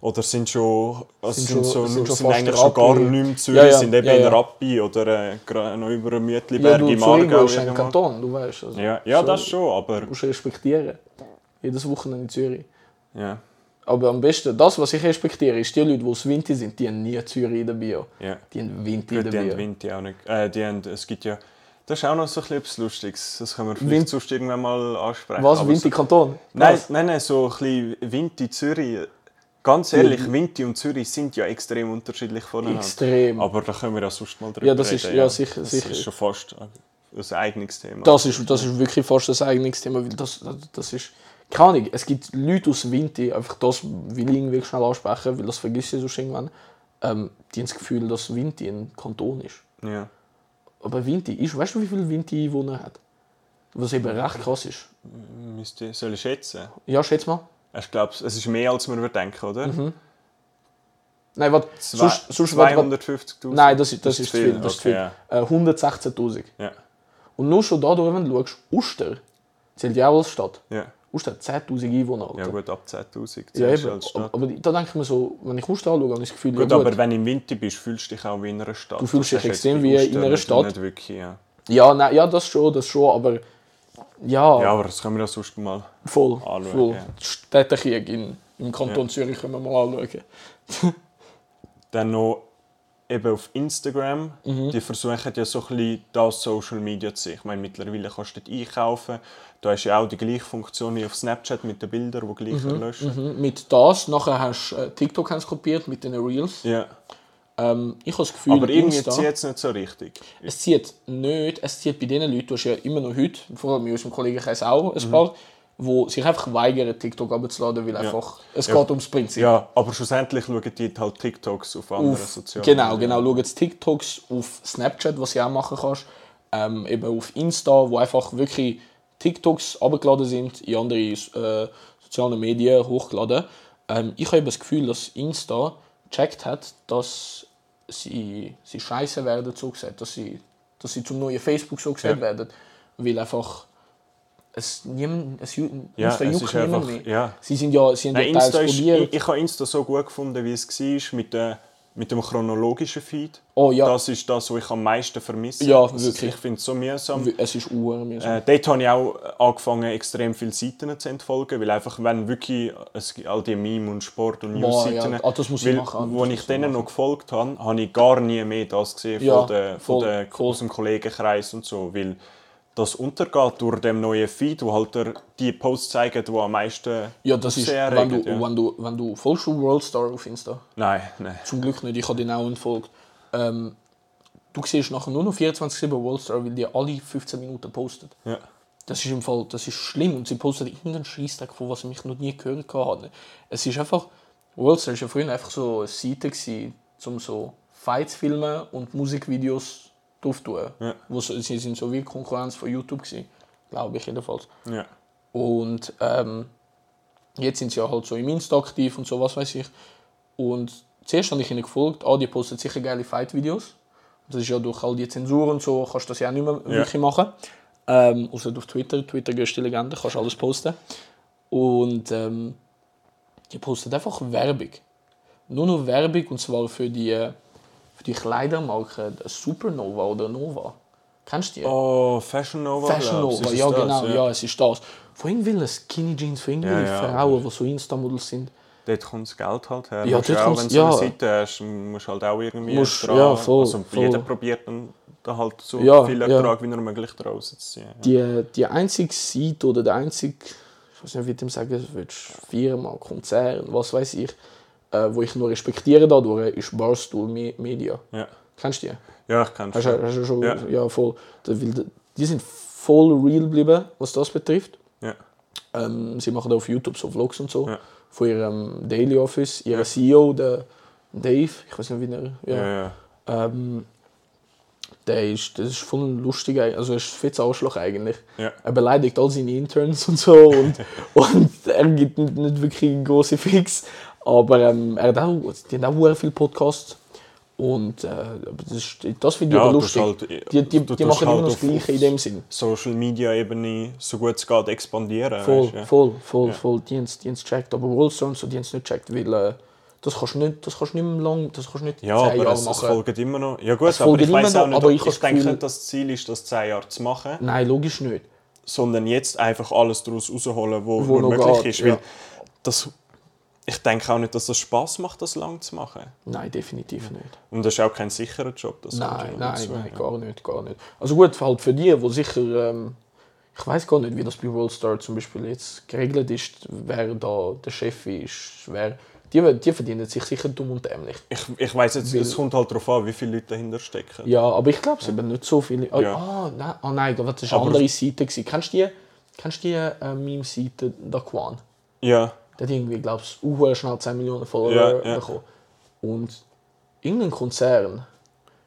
oder sind schon, also
Sind
sind,
schon-
so, sind,
sind schon fast
eigentlich schon gar
Rappi.
nicht mehr in Zürich,
Ja, ja,
sind eben
ja, ja.
in Rappi oder äh, gra- noch über dem
Ja,
Mütliberg
du,
im
Zurigo
Aargau.
ist ein
irgendwo.
Kanton, du weißt. Also,
Ja, ja
so,
das schon, aber
Musst du respektieren. Jedes Wochenende in Zürich.
ja,
Aber am besten, das, was ich respektiere, ist die Leute, die aus Winti sind, die haben nie Zürich in der Bio.
ja.
Die haben Winti in
Gut, die
der
haben
Bio.
Winti auch nicht. Äh, die haben, es gibt ja, das ist auch noch so ein bisschen etwas Lustiges, das können wir vielleicht
Wind-
sonst irgendwann mal ansprechen.
Was,
aber
Winti Kanton?
Nein,
Was?
nein, nein, so ein bisschen Winti, Zürich. Ganz ehrlich, Winti und Zürich sind ja extrem unterschiedlich voneinander.
Extrem.
Aber da können wir ja sonst mal drüber
Mhm. Ja, das
reden.
ist- ja, sicher,
Das
sicher.
ist schon fast ein eigenes Thema.
Das ist, das ist wirklich fast das eigene Thema, weil das, das ist... Keine Ahnung, es gibt Leute aus Winti, einfach das will ich irgendwie schnell ansprechen, weil das vergisst ich sonst irgendwann, ähm, die haben das Gefühl, dass Winti ein Kanton ist.
ja.
Aber Winti ist, weißt du, wie viele Winti Einwohner hat? Was eben recht krass ist.
Müsste, soll ich schätzen?
Ja, schätz mal.
Ich glaube, es ist mehr, als man würde denken, oder?
Nein, warte,
Zwei-
Mhm. sonst, sonst, warte, warte,
250'000?
Nein, das, ist- das ist zu viel. Das ist zu
okay,
viel. Äh, 116.000.
Ja.
Und nur schon da drüben, wenn du schaust, Uster zählt ja auch als Stadt.
Ja.
Uster hat 10.000 Einwohner.
ja,
Alter.
gut, ab 10'000
Ja,
zählst du
eben.
als Stadt.
Aber da denke ich mir so, wenn ich Uster anschaue, habe ich das Gefühl,
Gut,
ja,
aber wenn du im Winter bist, fühlst du dich auch wie in einer Stadt.
Du fühlst
Das
dich
hast du
extrem
bei
wie
uns
in einer
nicht-
Stadt.
Nicht wirklich, ja.
ja, nein, ja, das schon, das schon, aber ja,
Ja, aber das können wir ja sonst mal...
voll.
anschauen,
voll.
ja.
Städtekrieg in, im Kanton Zürich können wir mal anschauen.
Dann noch eben auf Instagram.
Mhm.
Die versuchen ja so ein bisschen das Social Media zu sehen. Ich meine, mittlerweile kannst du dort einkaufen. Da hast du ja auch die gleiche Funktion wie auf Snapchat mit den Bildern, die gleich löschen.
Mhm. Mit das, nachher hast du äh, TikTok hast du kopiert mit den Reels.
Ja.
Ähm, ich habe das Gefühl,
Aber irgendwie
Insta-
zieht es nicht so richtig.
Es zieht nicht, es zieht bei den Leuten, du hast ja immer noch heute, vor allem in unserem Kollegenkreis auch ein paar, wo sich einfach weigern, TikTok abzuladen, weil einfach, es
Mhm. Ja.
geht ums Prinzip.
Ja, aber schlussendlich schauen die halt TikToks auf anderen
Auf,
sozialen
genau,
Medien.
genau. Schau jetzt TikToks auf Snapchat, was du auch machen kannst, ähm, eben auf Insta, wo einfach wirklich TikToks abgeladen sind, in andere äh, soziale Medien hochgeladen. Ähm, ich habe eben das Gefühl, dass Insta checkt hat, dass sie, sie scheiße werden, so gesagt, dass sie, dass sie zum neuen Facebook so gesagt
Ja.
werden, weil einfach es niemand, es, ju-
Ja,
Insta
es
juckt
ist
niemand
einfach-
mehr.
ja.
Sie sind ja, sie haben
Nein,
ja teils
Insta ist,
probiert.
ich, ich habe Insta so gut gefunden, wie es war, mit, der, mit dem chronologischen Feed.
Oh ja.
Das ist das, was ich am meisten vermisse.
Ja,
Also
wirklich.
Ich finde es so mühsam.
es ist urmühsam.
Äh, dort habe ich auch angefangen, extrem viele Seiten zu entfolgen, weil einfach, wenn wirklich es gibt all die Meme und Sport und
Boah,
News-Seiten,
ja. Ah, das muss ich
weil,
machen,
wo ich
das muss ich
denen
machen.
noch gefolgt habe, habe ich gar nie mehr das gesehen
Ja,
von der,
voll,
von der, aus dem Kollegenkreis und so, weil das untergeht durch dem neuen Feed, wo halt der, die Posts zeigen, die am meisten
Ja, das ist,
sehr
wenn du,
erregend, ja.
wenn du, wenn du folgst du Worldstar auf Insta,
Nein, nein.
zum Glück nicht, ich habe den auch entfolgt, ähm, du siehst nachher nur noch 24-7 Worldstar, weil die alle 15 Minuten postet.
Ja.
Das ist im Fall, das ist schlimm. Und sie postet irgendeinen Scheißdreck von was ich noch nie gehört habe. Es ist einfach, Worldster ist ja früher einfach so eine Seite gewesen, um so Fights filmen und Musikvideos drauf zu tun.
Ja.
Wo so, sie sind so wie Konkurrenz von YouTube gewesen, glaube ich jedenfalls.
Ja.
Und ähm, jetzt sind sie ja halt so im Insta aktiv und so, was weiß ich. Und zuerst habe ich ihnen gefolgt, ah, die posten sicher geile Fight-Videos. Und Das ist ja durch all die Zensur und so, kannst du das ja auch nicht mehr wirklich machen. Ähm, außer auf Twitter. Twitter gehst du die Legende, kannst alles posten. Und ähm, die posten einfach Werbung. Nur noch Werbung und zwar für die, äh, für die Kleidermarke Supernova oder Nova. Kennst du die?
Oh, Fashion Nova.
Fashion
glaub's,
Nova,
ist
ja
das,
genau, ja. es ist das. Von irgendwelchen Skinny Jeans, von irgendwelchen
Ja, ja,
Frauen, die so Insta-Models sind.
Dort kommt das Geld halt her.
Ja,
Musst
dort
auch,
kommt's-
wenn du so eine
ja.
Seite hast, musst du halt auch irgendwie
Musst-
dran.
ja, voll,
also,
voll.
Jeder probiert dann da halt so
Ja,
viel
ja.
Ertrag wie nur möglich draus zu ziehen.
Die, die einzige Seite oder der einzige, ich weiß nicht, wie du ihm sagen willst, Firma, Konzern, was weiß ich, äh, wo ich nur respektiere dadurch, ist Barstool Me- Media.
Ja, ja.
Kennst du die?
ja ich kenn's
Hast
schon.
du, hast du schon,
Ja.
ja, voll. Da will- Die sind voll real geblieben, was das betrifft.
Ja.
Ähm, sie machen da auf YouTube so Vlogs und so.
Ja.
Von ihrem Daily Office, ihrer CEO, der Dave, ich weiß nicht, wie der. Ja.
Ja, ja.
Ähm, der ist, das ist voll lustig, eig- also er ist ein fetter Arschloch eigentlich.
Ja.
Er beleidigt all seine Interns und
[laughs]
so und, und er gibt nicht, nicht wirklich große Fix. Aber ähm, er hat auch, die haben auch sehr viele Podcasts. Und äh, aber das, ist, das finde ich
Ja,
aber
du hast
lustig.
halt-
die die,
du
die
tust
machen immer
halt
das
auf-
Gleiche in dem Sinn.
Social Media Ebene, so gut es geht, expandieren.
Voll,
weisst du, ja.
voll, voll, voll. Die haben es die haben's gecheckt. Aber Rollstone und so, die haben es nicht gecheckt, weil äh, das kannst du nicht, das kannst du nicht mehr lang, das kannst du nicht
Ja,
zehn
aber
Jahre
es, es
machen.
folgt immer noch. Ja gut,
Es
aber
folgen
ich weiß auch
immer noch,
nicht,
aber
ob-
ich
ich,
habe das
denke
Gefühl-
nicht, dass das Ziel ist, das 10 Jahre zu machen,
Nein, logisch nicht.
sondern jetzt einfach alles daraus rausholen, wo,
Wo
nur
noch
möglich
geht,
ist.
ja.
Weil das, ich denke auch nicht, dass das Spaß macht, das lang zu machen.
Nein, definitiv nicht.
Und das ist auch kein sicherer Job. Das kommt
Nein,
ja
nein,
dazu.
nein, gar nicht, gar nicht. Also gut, halt für die, wo sicher, ähm, ich weiß gar nicht, wie das bei Worldstar zum Beispiel jetzt geregelt ist, wer da der Chef ist, wer, die, die verdienen sich sicher dumm und dämlich.
Ich, ich weiß jetzt, es kommt halt darauf an, wie viele Leute dahinter stecken.
Ja, aber ich glaube, es eben nicht so viele. Ah,
Ja.
ah, nein, ah, nein, das war eine
Aber-
andere Seite. Gewesen. Kennst du die, kennst du die äh, Meme-Seite Daquan?
Ja,
Der hat irgendwie, glaube ich, uh, schnell 10 Millionen Follower
Ja, ja.
bekommen. Und irgendein Konzern,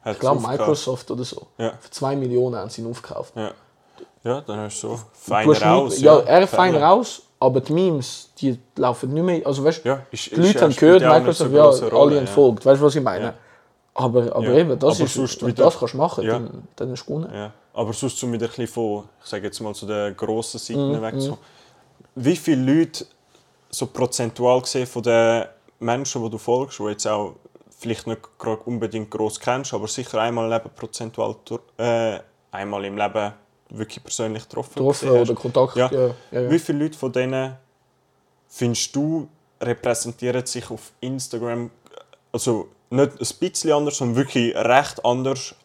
hat
ich glaube
aufgehört.
Microsoft oder so,
Ja.
für 2 Millionen haben sie ihn aufgekauft.
Ja. ja, dann hast du so
Du
fein
hast
raus.
nicht- ja, er fein raus, aber die Memes, die laufen nicht mehr. Also, weißt,
Ja, ist-
die
ist-
Leute haben
spielt
gehört,
ja auch nicht
Microsoft,
so
ja,
grosse Rolle,
alle haben
ja.
folgt. Weißt du, was ich meine? Aber, aber
Ja.
eben, das
Aber
ist,
sonst
wenn
wieder-
das kannst du machen,
Ja.
dann, dann hast du gewonnen.
Ja. Aber sonst, um wieder ein bisschen von, ich sage jetzt mal, zu den grossen Seiten wegzukommen. Wie viele Leute, so prozentual gesehen, von den Menschen, die du folgst, die jetzt auch vielleicht nicht gerade unbedingt gross kennst, aber sicher einmal im Leben prozentual, dur- äh, einmal im Leben wirklich persönlich getroffen
Getroffen
gesehen hast?
oder Kontakt.
Ja.
Ja. Ja, eh, ja,
Wie viele Leute von denen findest du repräsentieren sich auf Instagram, also nicht ein bisschen anders, sondern wirklich recht anders,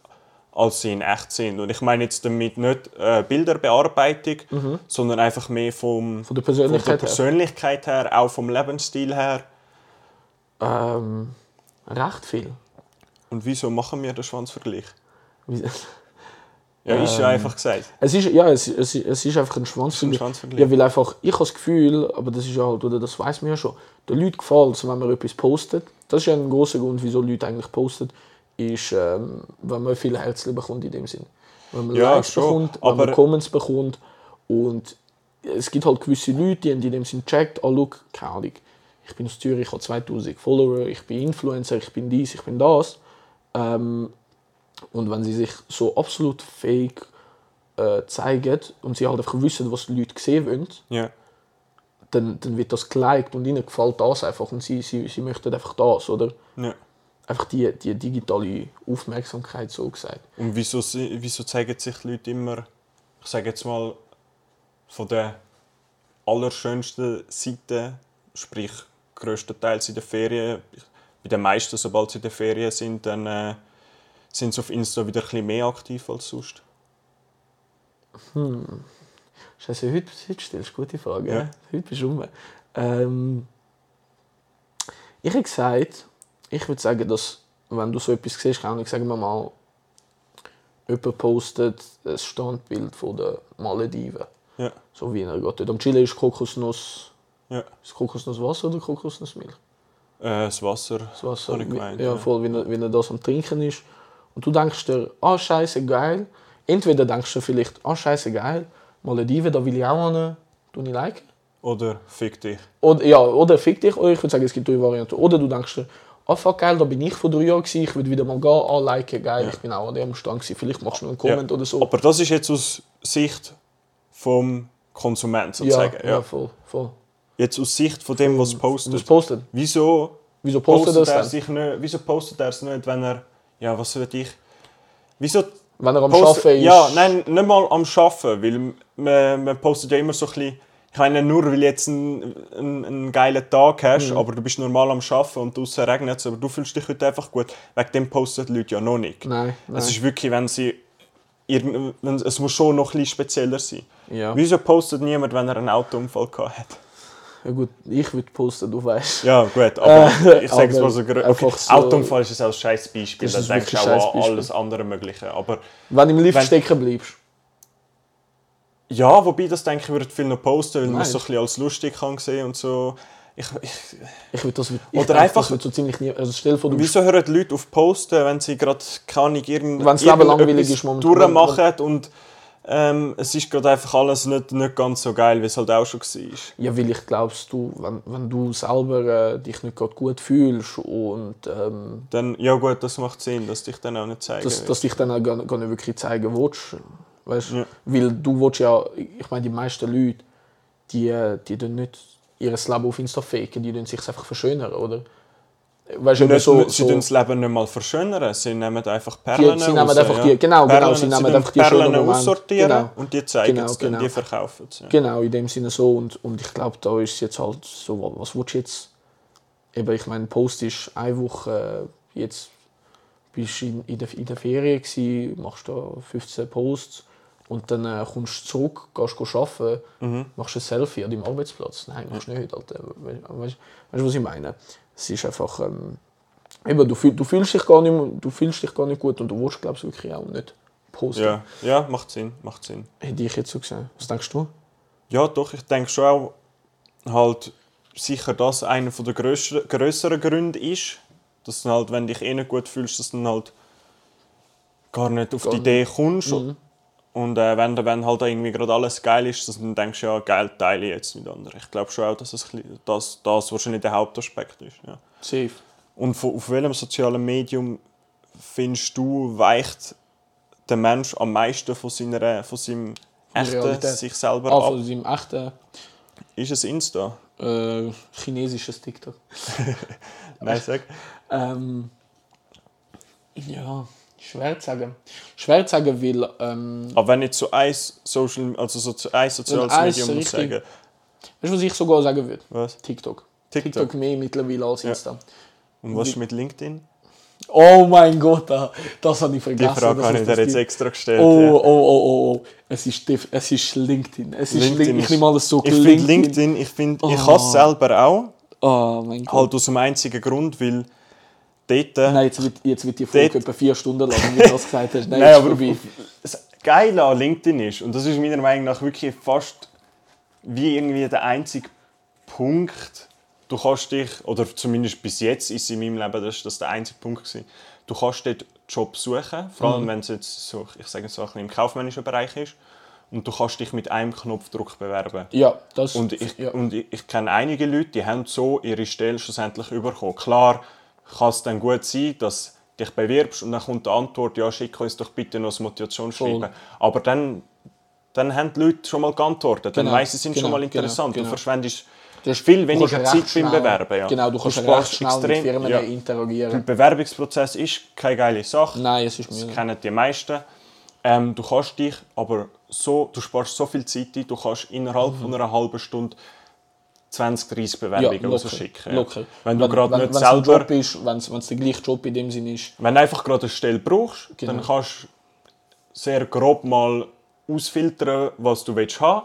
als sie in echt sind? Und ich meine jetzt damit nicht äh, Bilderbearbeitung,
Mhm.
sondern einfach mehr vom,
Von der
von der
Persönlichkeit her.
Persönlichkeit her, auch vom Lebensstil her.
Ähm, recht viel.
Und wieso machen wir den Schwanzvergleich?
Wie-
Ja, ist
Ähm.
ja einfach gesagt.
Es ist, ja, es, es, es ist einfach ein Schwanzvergleich.
Es ist ein Schwanzvergleich.
Ja, weil einfach, ich habe das Gefühl, aber das ist ja halt, oder das weiß man ja schon, den Leuten gefällt es, wenn man etwas postet. Das ist ja ein großer Grund, wieso Leute eigentlich posten, ist, ähm, wenn man viel Herzchen bekommt in dem Sinn. Wenn man
Ja,
Likes
schon,
bekommt, wenn
aber-
man Comments bekommt. Und es gibt halt gewisse Leute, die haben in dem Sinn checkt, ah, look, keine Ahnung, ich bin aus Zürich, ich habe 2000 Follower, ich bin Influencer, ich bin dies, ich bin das. Ähm, und wenn sie sich so absolut fake äh, zeigen und sie halt einfach wissen, was die Leute sehen wollen,
Ja.
dann, dann wird das geliked und ihnen gefällt das einfach und sie, sie, sie möchten einfach das, oder?
ja.
Einfach die, die digitale Aufmerksamkeit, so gesagt.
Und wieso, sie- wieso zeigen sich die Leute immer, ich sage jetzt mal, von der allerschönsten Seite, sprich größtenteils in den Ferien, bei den meisten, sobald sie in den Ferien sind, dann äh, sind sie auf Insta wieder ein bisschen mehr aktiv als sonst.
Scheiße, heute, heute stellst du gute Fragen.
Ja.
hä? Heute bist du rum. Ähm, ich habe gesagt, ich würde sagen, dass, wenn du so etwas siehst, kann ich sagen wir mal, jemand postet ein Standbild von den Malediven.
Ja.
So Wiener geht dort. Am Chile ist Kokosnuss.
Ja.
Ist Kokosnusswasser oder Kokosnussmilch?
Äh, das Wasser.
Das Wasser.
Habe ich gemeint,
ja,
ja.
voll, wenn er, wenn er das am Trinken ist. Und du denkst dir, ah, scheiße, geil. Entweder denkst du vielleicht, ah, scheiße, geil, Malediven, da will ich auch hin, tu ich liken.
Oder fick dich.
Oder, ja, oder fick dich, oh, oder ich würde sagen, es gibt drei Varianten. Oder du denkst dir, ah, fuck, geil, da bin ich vor drei Jahren gewesen, ich würde wieder mal gehen, ah, liken, geil, ich bin auch an dem Stand gewesen, vielleicht machst du noch einen Comment
Ja.
oder so.
Aber das ist jetzt aus Sicht vom Konsument
ja,
sozusagen.
ja,
Ja.
voll, voll.
Jetzt aus Sicht von dem, was
Du musst
postet.
posten.
Wieso
Wieso postet
postet
er das
er
dann?
sich nicht? Wieso postet er es nicht, wenn er ja was würde ich? Wieso
Wenn er am
postet-
Arbeiten ist.
Ja, nein, nicht mal am Schaffen, weil man, man postet ja immer so ein bisschen. Ich meine nur, weil du jetzt einen, einen, einen geilen Tag
Mhm.
hast, aber du bist normal am Schaffen und draußen regnet es, aber du fühlst dich heute einfach gut. Wegen dem posten die Leute ja noch nicht.
Nein, nein.
Es ist wirklich, wenn sie. irgend- Wenn, es muss schon noch ein bisschen spezieller sein.
Ja.
Wieso postet niemand, wenn er einen Autounfall gehabt hat?
ja, gut, ich würde posten, du weißt.
Ja, gut, aber
Äh,
ich sage es
aber
mal so grö- Okay.
einfach so-
Autounfall ist ein auch ein scheiß Beispiel,
Das
da
ist
denkst du
wirklich ein
auch an
scheiß
alles andere Mögliche. Aber
Wenn du im Lift
Wenn-
stecken bleibst.
ja, wobei das denke ich, würde viel noch posten, weil man es
Nein.
so ein bisschen als lustig kann sehen und so. Ich, ich,
Ich würde das ich
Oder
denke,
einfach-
Das wird so ziemlich nie, also stell dir vor, du bist
wieso hören die Leute auf Posten, wenn sie gerade keine irgend,
Wenn's Leben langweilig ist momentan.
durchmachen und ähm, es ist gerade einfach alles nicht, nicht ganz so geil, wie es halt auch schon war.
Ja, weil ich glaubst du, wenn, wenn du selber äh, dich nicht gerade gut fühlst und ähm,
Dann, ja gut, das macht Sinn, dass dich dann auch nicht zeigen
dass,
will.
dass dich dann auch gar, gar nicht wirklich zeigen willst. Weißt?
Ja.
Weil du willst ja, ich meine, die meisten Leute, die, äh, die tun nicht ihr Leben auf Insta faken, die tun sich einfach verschönern, oder? Weißt du,
Nicht,
so,
sie
so
tun das Leben nicht mal verschönern, sie nehmen einfach
sie
Perlen
nehmen
raus,
einfach die- genau,
Perlen,
genau, sie nehmen
tun
einfach die schönen
Perlen
Momente.
aussortieren
Genau.
und die zeigen
Genau,
es dann,
genau.
die verkaufen es. Ja.
Genau, in dem Sinne so. Und, und ich glaube, da ist es jetzt halt so, wa- was willst du jetzt? Eben, ich meine, Post ist eine Woche, äh, jetzt bist du in, in, der, in der Ferien, gewesen, machst da 15 Posts und dann äh, kommst du zurück, gehst go arbeiten, machst ein Selfie an deinem Arbeitsplatz. Nein, machst du nicht. Alter. Weißt du, weißt du, was ich meine? Es ist einfach, ähm, eben, du, fühl, du, fühlst dich gar nicht, mehr- du fühlst dich gar nicht gut und du willst, glaube ich, wirklich auch nicht posten.
Ja. ja, macht Sinn, macht Sinn.
Hätte ich jetzt so gesehen. Was denkst du?
Ja, doch, ich denke schon auch, halt sicher das einer von der grösser- grösseren Gründe ist, dass du halt, wenn du dich eh nicht gut fühlst, dass du dann halt gar nicht auf
Gar
die
nicht. Mhm.
Idee kommst. Und äh, wenn, du- wenn halt irgendwie gerade alles geil ist, dass du dann denkst, ja, geil, teile ich jetzt mit anderen. Ich glaube schon auch, dass es, ein bisschen- dass das wahrscheinlich der Hauptaspekt ist. Ja.
Safe.
Und von, auf welchem sozialen Medium findest du, weicht der Mensch am meisten von, seiner, von seinem
der
echten
Realität.
sich selber
Ah, von
ab?
seinem echten
Ist es Insta?
äh, chinesisches TikTok.
Nein, sag.
Ähm, ja, schwer zu sagen. Schwer zu sagen, weil ähm,
Aber wenn ich zu ein Social, also so zu ein soziales
Wenn eins
Medium muss
richtig-
sagen,
weißt du, was ich sogar sagen würde?
was?
TikTok.
TikTok.
TikTok, mehr mittlerweile als Insta.
Und was ist mit LinkedIn?
Oh mein Gott, ah, das habe ich
Die
vergessen.
Frage
dass
habe ich
es
dir
das
jetzt
gibt.
extra gestellt.
Oh,
ja.
oh, oh, oh, oh. Es ist, def- es ist LinkedIn. Es ist LinkedIn. ich nehme alles so
Ich finde LinkedIn, ich finde, ich hasse es selber auch.
Oh mein Gott.
Halt aus dem einzigen Grund, weil dort...
Nein, jetzt wird, jetzt wird die Folge
Dort-
etwa vier Stunden lang, wie du das gesagt hast. Nein,
Nein,
ist
aber
vorbei.
das Geile an LinkedIn ist, und das ist meiner Meinung nach wirklich fast wie irgendwie der einzige Punkt, du kannst dich, oder zumindest bis jetzt ist es in meinem Leben, das, das der einzige Punkt gewesen, du kannst dort Job suchen, vor allem wenn es jetzt so, ich sage jetzt so ein bisschen im kaufmännischen Bereich ist, und du kannst dich mit einem Knopfdruck bewerben.
Ja, das
Und ich,
ja.
und ich, ich kenne einige Leute, die haben so ihre Stelle schlussendlich bekommen. Klar kann es dann gut sein, dass du dich bewirbst und dann kommt die Antwort, ja, schick uns doch bitte noch das Motivationsschreiben.
Voll.
Aber dann, dann haben die Leute schon mal geantwortet.
Genau,
dann weiss, sie sind schon
genau,
mal interessant.
genau, genau.
Du verschwendest
Du hast-
viel
du kannst
weniger
recht
Zeit
schnell-
beim Bewerben. Ja.
Genau, du kannst
Du
recht
sparst
schnell
extrem-
mit Firmen
ja. Der
interagieren.
Bewerbungsprozess ist keine geile Sache.
Nein, es ist
Das
mühsam.
kennen die meisten. Ähm, du kannst dich aber so, du sparst so viel Zeit ein, du kannst innerhalb
Mhm.
von einer halben Stunde 20, 30 Bewerbungen rausschicken.
locker.
Wenn du gerade nicht
wenn's ein
selber,
Job ist, wenn es der gleiche Job in dem Sinne ist.
wenn du einfach gerade eine Stelle brauchst,
Genau.
dann kannst du sehr grob mal ausfiltern, was du willst haben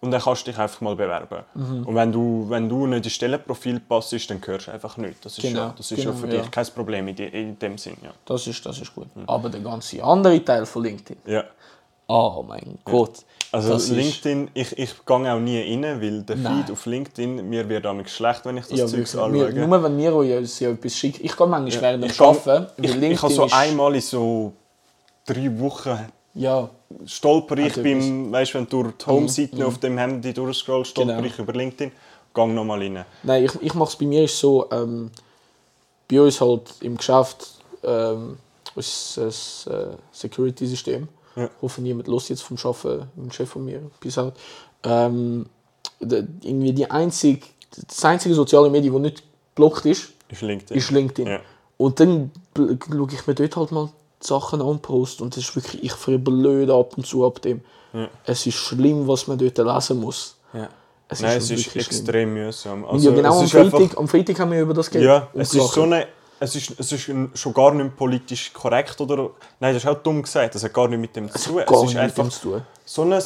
und dann kannst du dich einfach mal bewerben.
Mhm.
Und wenn du, wenn du nicht ins Stellenprofil passest, dann hörst du einfach nicht. Das ist,
Genau,
ja, das ist
genau,
ja für
ja.
dich kein Problem in, die, in dem Sinn. Ja. Mhm.
Das ist, das ist gut. Aber der ganze andere Teil von LinkedIn.
Ja.
Oh mein Gott.
Also
Das ist-
LinkedIn, ich, ich gehe auch nie rein, weil der
Nein.
Feed auf LinkedIn, mir wird damit schlecht, wenn ich das
Ja,
Zeugs
wirklich.
anschaue.
Wir, nur wenn Miro ja uns ja etwas schickt. Ich gehe manchmal während
ich
dem
kann-
Arbeiten. weil
ich, ich habe so
ist-
einmal in so drei Wochen
Ja,
stolper ich
Hat
beim, weißt, wenn du durch die Home-Seiten auf dem Handy durchscrollst, stolper
Mhm. Genau.
ich über LinkedIn, gang nochmal rein.
Nein, ich, ich mache es bei mir ist so, ähm, bei uns halt im Geschäft ähm, ist das äh, Security-System.
Ja.
Hoffe niemand los jetzt vom Arbeiten, ein Chef von mir, peace out. Ähm, d- irgendwie die einzige, das einzige soziale Medium, das nicht blockt ist,
Ist LinkedIn.
ist LinkedIn.
Ja.
Und dann bl- schaue ich mir dort halt mal die Sachen an und post und das ist wirklich, ich verblöde ab und zu ab dem.
Ja.
Es ist schlimm, was man dort lesen muss. Es
Nein, es ist
wirklich schlimm.
extrem mühsam.
Und
Also,
ja, genau,
es
am
ist einfach-
Freitag, am Freitag haben wir über das geredet. Oh
Ja,
und
es ist,
gelacht.
so eine, es, ist, es ist ein- schon gar nicht politisch korrekt. Oder, nein, das ist auch dumm gesagt. Das hat gar nicht mit dem zu tun.
Gar
Es
nichts
ist
mit
einfach
dem zu tun.
so ein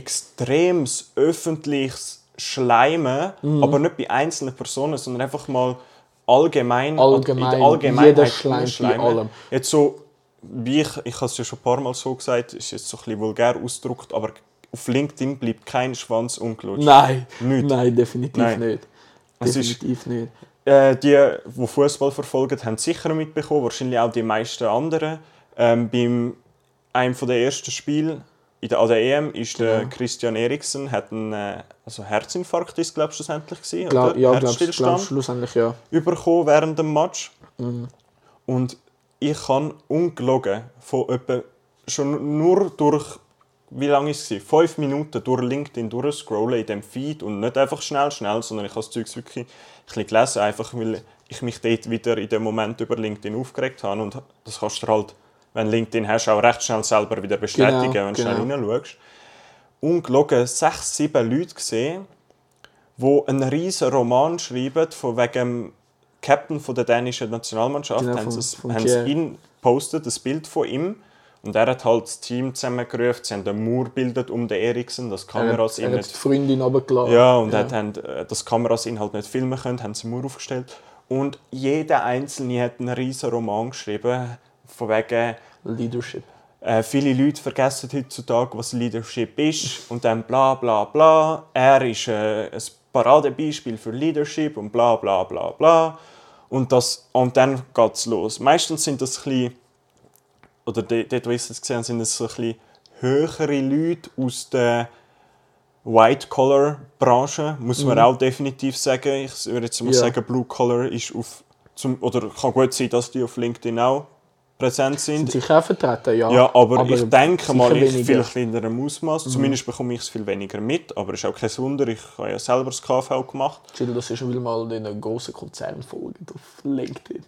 extremes öffentliches Schleimen,
Mhm.
aber nicht bei einzelnen Personen, sondern einfach mal allgemein,
Allgemein,
in der Allgemeinheit
jeder schleimt bei
schleimen.
allem.
Jetzt so, wie ich, ich habe es ja schon ein paar Mal so gesagt, ist jetzt so ein bisschen vulgär ausgedrückt, aber auf LinkedIn bleibt kein Schwanz ungelutscht.
Nein,
Nicht.
nein, definitiv
Nein.
nicht.
Es ist-
Definitiv nicht.
Äh, die, die Fußball verfolgen, haben es sicher mitbekommen, wahrscheinlich auch die meisten anderen. Ähm, beim einem von der ersten Spiel in der, an der EM ist der
Genau.
Christian Eriksen hat einen äh, also Herzinfarkt ist glaube ich schlussendlich gewesen,
Gla
oder?
ja, glaubst
Herzstillstand
glaub, schlussendlich ja.
überkommen während dem Match. Und ich habe ungelogen von etwa schon nur durch, wie lange ist es? gewesen? Fünf Minuten durch LinkedIn durchscrollen in dem Feed und nicht einfach schnell, schnell, sondern ich habe das Zeug wirklich ein bisschen gelesen, einfach weil ich mich dort wieder in dem Moment über LinkedIn aufgeregt habe. Und das kannst du dir halt, wenn du LinkedIn hast, auch recht schnell selber wieder bestätigen,
Genau,
wenn du schnell
genau.
hineinschaust. Ungelogen sechs, sieben Leute gesehen, wo einen riesen Roman schreiben von wegen dem Captain von der dänischen Nationalmannschaft,
Genau,
haben
vom-
sie,
vom
haben sie
Pierre.
ihn postet, das Bild von ihm. Und er hat halt das Team zusammengerufen, sie haben einen Mauer gebildet um den Eriksen, dass
Er
Kameras
hat,
ihn
er hat die
nicht...
Freundin runtergelassen.
Ja, und Hat, haben, äh, dass Kameras ihn halt nicht filmen können, haben sie einen Mauer aufgestellt. Und jeder Einzelne hat einen riesen Roman geschrieben, von wegen...
Leadership.
Äh, viele Leute vergessen heutzutage, was Leadership ist und dann bla bla bla. Er ist äh, ein Paradebeispiel für Leadership und bla bla bla bla. Und, das, und dann geht's los. Meistens sind das ein bisschen, oder dort, dort wo ich es gesehen habe, sind das so ein bisschen höhere Leute aus der White-Collar-Branche, muss man auch definitiv sagen. Ich würde jetzt mal
Ja.
sagen, Blue-Collar ist auf, zum, oder kann gut sein, dass die auf LinkedIn auch präsent sind.
Sind sie auch vertreten, ja.
Ja, aber, ich denke
sicher
mal, ich
weniger.
viel kleinerem Ausmaß. Zumindest bekomme ich es viel weniger mit. Aber ist auch kein Wunder, ich habe ja selber das KV gemacht.
Chill, das ist, weil mal den grossen Konzern folgen auf LinkedIn.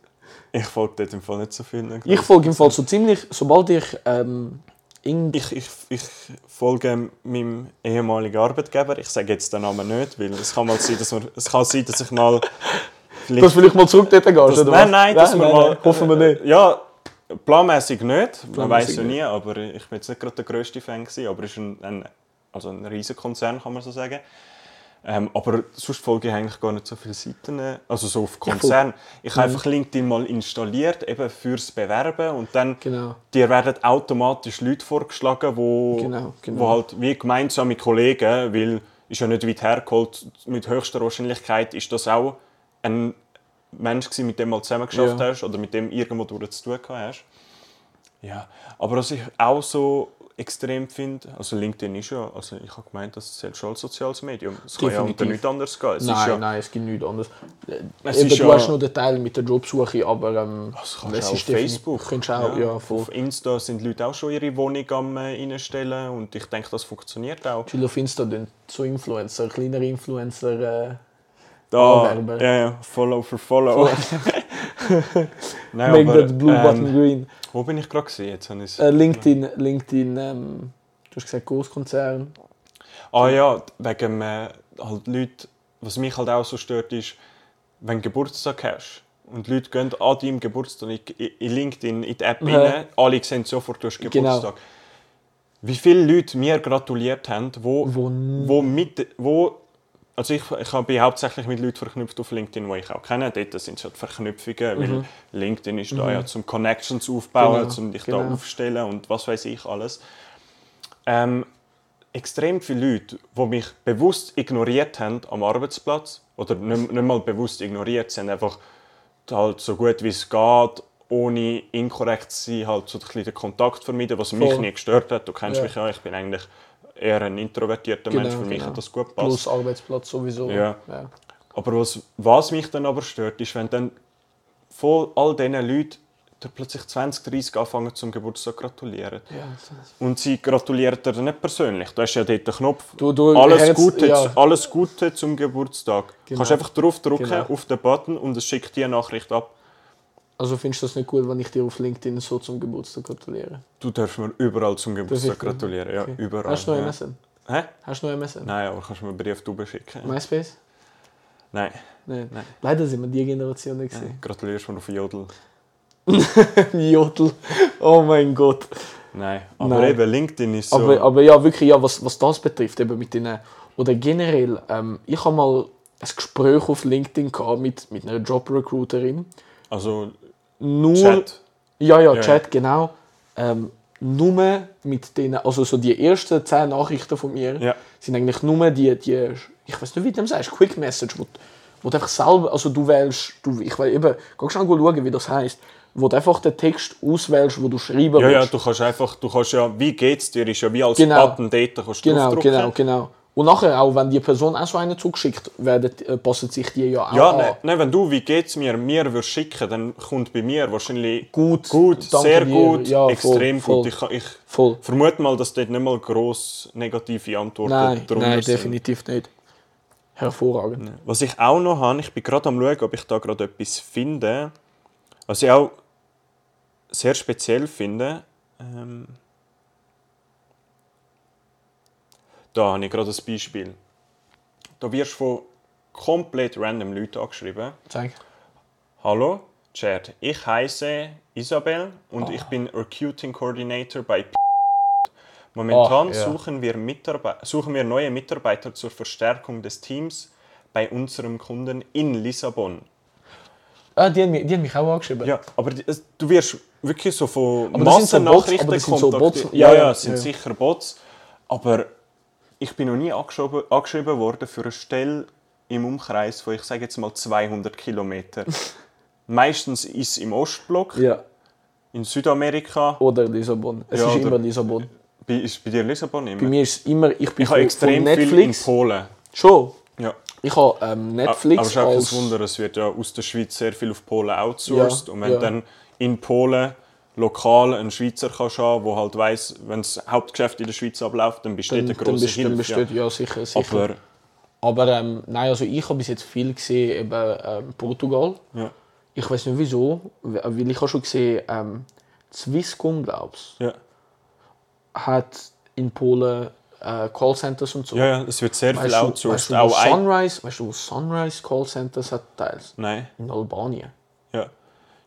Ich folge dort im Fall nicht so viel.
Ich folge im Fall so ziemlich, sobald ich ähm, in
ich, ich, ich folge meinem ehemaligen Arbeitgeber. Ich sage jetzt den Namen nicht, weil es kann mal sein, dass, man, es kann sein, dass ich [laughs] mal. vielleicht-
dass vielleicht mal zurück dort gehst,
dass,
oder
nein,
was?
nein, dass wir
nein,
mal.
nein, Hoffen wir nicht.
Ja, planmäßig nicht. Man
Planmäßig
weiß ja
nicht.
nie, aber ich bin jetzt nicht gerade der grösste Fan, gewesen, aber es ist ein, ein, also ein riesen Konzern, kann man so sagen. Ähm, aber sonst folge ich eigentlich gar nicht so viele Seiten, äh, also so auf Konzern. Ich,
Mhm.
habe einfach LinkedIn mal installiert, eben fürs Bewerben und dann
Genau.
dir werden automatisch Leute vorgeschlagen, wo,
Genau, genau.
wo halt wie gemeinsame Kollegen, weil ist ja nicht weit hergeholt, mit höchster Wahrscheinlichkeit ist das auch ein Mensch gewesen, mit dem du mal zusammengeschafft
Ja.
hast oder mit dem irgendwo durch zu tun gehabt hast. Ja, aber was ich auch so extrem finde, also LinkedIn ist ja, also ich habe gemeint, das ist halt schon als soziales Medium. Es kann ja unter
Definitiv.
nichts anderes gehen. Es ist
Nein,
ja,
nein, es gibt nichts anderes.
Es
Eben,
ist
du
ja-
hast nur den Teil mit der Jobsuche, aber ähm,
Das kannst du auch auf
definitiv-
Facebook.
Könntest du auch, ja, voll.
Auf Insta sind die Leute auch schon ihre Wohnung am äh, reinstellen und ich denke, das funktioniert auch.
Chill auf Insta tun so Influencer, kleinere Influencer. Äh,
Da,
Anwerben.
ja, ja, follow for follow. [laughs] Nein,
make
aber,
that blue button
ähm,
green.
wo bin ich gerade gewesen? Jetzt habe ich's-
Äh, LinkedIn, LinkedIn, ähm, du hast gesagt Großkonzern.
Ah ja, wegen äh, halt Leute, was mich halt auch so stört, ist, wenn du Geburtstag hast und Leute gehen an deinem Geburtstag in, in- in LinkedIn, in die App
Mhm.
rein, alle sehen sofort, du hast
Genau.
Geburtstag. Wie viele Leute mir gratuliert haben, wo,
Wo n-
wo mit, wo, also ich, ich bin hauptsächlich mit Leuten verknüpft auf LinkedIn, die ich auch kenne. Dort sind es halt Verknüpfungen, weil LinkedIn ist da ja zum Connections aufbauen,
Mhm. Genau,
um dich
genau.
da aufstellen und was weiß ich alles. ähm, extrem viele Leute, die mich bewusst ignoriert haben am Arbeitsplatz, oder nicht, nicht mal bewusst ignoriert, sie haben einfach halt so gut wie es geht, ohne inkorrekt zu sein, halt so ein bisschen den Kontakt vermeiden, was mich
Voll.
nie gestört hat. Du kennst
Ja.
mich ja, ich bin eigentlich eher ein introvertierter
Genau,
Mensch, für mich
genau.
hat das gut gepasst.
Plus Arbeitsplatz sowieso.
Ja. Aber was, was mich dann aber stört, ist, wenn dann von all diesen Leuten dir plötzlich 20, 30 anfangen zum Geburtstag zu gratulieren.
Ja, das-
Und sie gratulieren dir nicht persönlich. Du hast ja dort den Knopf.
Du- du-
alles,
Herz-
Gute,
ja.
alles Gute zum Geburtstag. Du
Genau.
kannst einfach draufdrücken
Genau.
auf den Button und es schickt dir eine Nachricht ab.
Also findest du das nicht gut, wenn ich dir auf LinkedIn so zum Geburtstag gratuliere?
Du darfst mir überall zum Geburtstag
ich nicht.
gratulieren. Ja,
Okay.
überall.
Hast du noch
ja.
MSN?
Hä?
Hast du noch MSN?
Nein, aber kannst du mir einen Brief drüber schicken?
MySpace?
Nein.
Nein.
Nein.
Leider sind wir die Generation nicht. [laughs]
Nein. Gratulierst du mir auf Jodel?
gewesen. Jodel. Oh mein Gott.
Nein. Aber
Nein.
eben, LinkedIn ist so.
Aber, aber ja, wirklich, ja, was, was das betrifft, eben mit den, oder generell, ähm, ich habe mal ein Gespräch auf LinkedIn gehabt mit, mit einer Job-Recruiterin.
also,
Nur,
Chat.
Ja, ja,
Ja,
Chat, genau. Ähm, nur mit denen, also so die ersten zehn Nachrichten von mir
Ja.
sind eigentlich nur die, die ich weiß nicht, wie du dem sagst, Quick Message, wo, du- wo du einfach selber, also du wählst, du, ich will eben, geh schnell schauen, wie das heisst, wo du einfach den Text auswählst, wo du schreiben
Ja, ja,
willst.
du kannst einfach, du kannst ja, wie geht's dir, ist ja wie als
Genau.
Button dort, da kannst du
Genau,
draufdrücken.
genau, genau. Und nachher auch, wenn die Person auch so einen zugeschickt werden, äh, passen sich die ja auch
Ja,
an.
nein, nein, wenn du, wie geht's mir, mir würdest schicken, dann kommt bei mir wahrscheinlich
Gut,
gut
danke
sehr
dir.
gut,
Ja, voll,
extrem
voll.
gut. Ich, kann- ich
Voll.
vermute mal, dass dort nicht mal gross negative Antworten
Nein,
drunter
nein,
sind.
definitiv nicht. Hervorragend.
Was ich auch noch habe, ich bin gerade am schauen, ob ich da gerade etwas finde. Was ich auch sehr speziell finde. Ähm, da habe ich gerade ein Beispiel. Da wirst du von komplett random Leuten angeschrieben.
Zeig.
Hallo, Chad, ich heiße Isabel und ich bin Recruiting Coordinator bei P Momentan
Ah, ja.
suchen, wir Mitarbe- suchen wir neue Mitarbeiter zur Verstärkung des Teams bei unserem Kunden in Lissabon.
Ah, die haben mich, die haben mich auch angeschrieben.
Ja, aber die- es- du wirst wirklich so von
Aber das sind so Bots, aber das sind so
kontaktiert.
Bots.
Ja,
Ja,
ja,
ja,
es sind
ja.
sicher Bots. Aber ich bin noch nie angeschrieben, angeschrieben worden für eine Stelle im Umkreis von, ich sage jetzt mal, 200 [laughs] Kilometer. Meistens ist es im Ostblock,
Ja.
in Südamerika.
Oder Lissabon. Es
Ja,
ist
oder-
immer Lissabon.
Bei, ist bei dir Lissabon immer?
Bei mir ist es immer, ich bin
ich habe
von-
extrem
von
viel in
Netflix.
Polen.
Schon.
Ja.
Ich habe ähm,
Aber
Netflix
es ist auch
als
kein Wunder, es wird ja aus der Schweiz sehr viel auf Polen outsourced.
Ja,
und wenn
ja.
dann in Polen lokal einen Schweizer kannst haben, der halt weiss, wenn das Hauptgeschäft in der Schweiz abläuft, dann besteht
dann,
eine
dann
grosse
best- dann
Hilfe.
besteht, ja. sicher,
ja.
sicher.
Aber
Aber ähm, nein, also ich habe bis jetzt viel gesehen, eben ähm, Portugal.
ja,
Ich weiß nicht wieso, weil ich habe schon gesehen, ähm, Swisscom, glaubst
ja,
hat in Polen äh, Callcenters und so.
ja, ja, es wird sehr viel
weißt, du, weißt,
outsourced.
du, wo
auch ein...
Sunrise, weißt du, wo Sunrise Callcenters hat teils?
Nein,
In Albanien.
ja.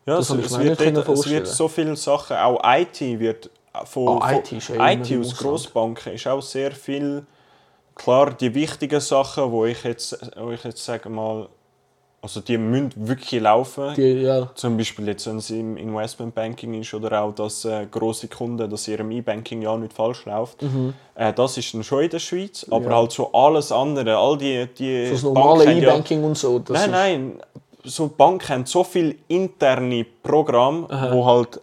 Ja,
Das
es,
habe ich
es,
mir
wird
nicht
dort, es
vorstellen.
wird so viele Sachen, auch IT wird äh, von,
Ah,
von
IT ist ja immer
IT
im
aus
Ausland.
Grossbanken ist auch sehr viel, klar, die wichtigen Sachen, wo ich jetzt, wo ich jetzt sage mal, also die müssen wirklich laufen,
Die, ja,
Zum Beispiel jetzt, wenn es im Investment Banking ist oder auch, dass äh, grosse Kunden, dass ihrem E-Banking ja nicht falsch läuft. Äh, das ist dann schon in der Schweiz, aber
Mhm. Ja.
halt so alles andere, all die, die
das
Banken
normale
haben ja-
E-Banking und so.
Nein,
Das ist-
nein, so Banken haben so viele interne Programme, wo halt,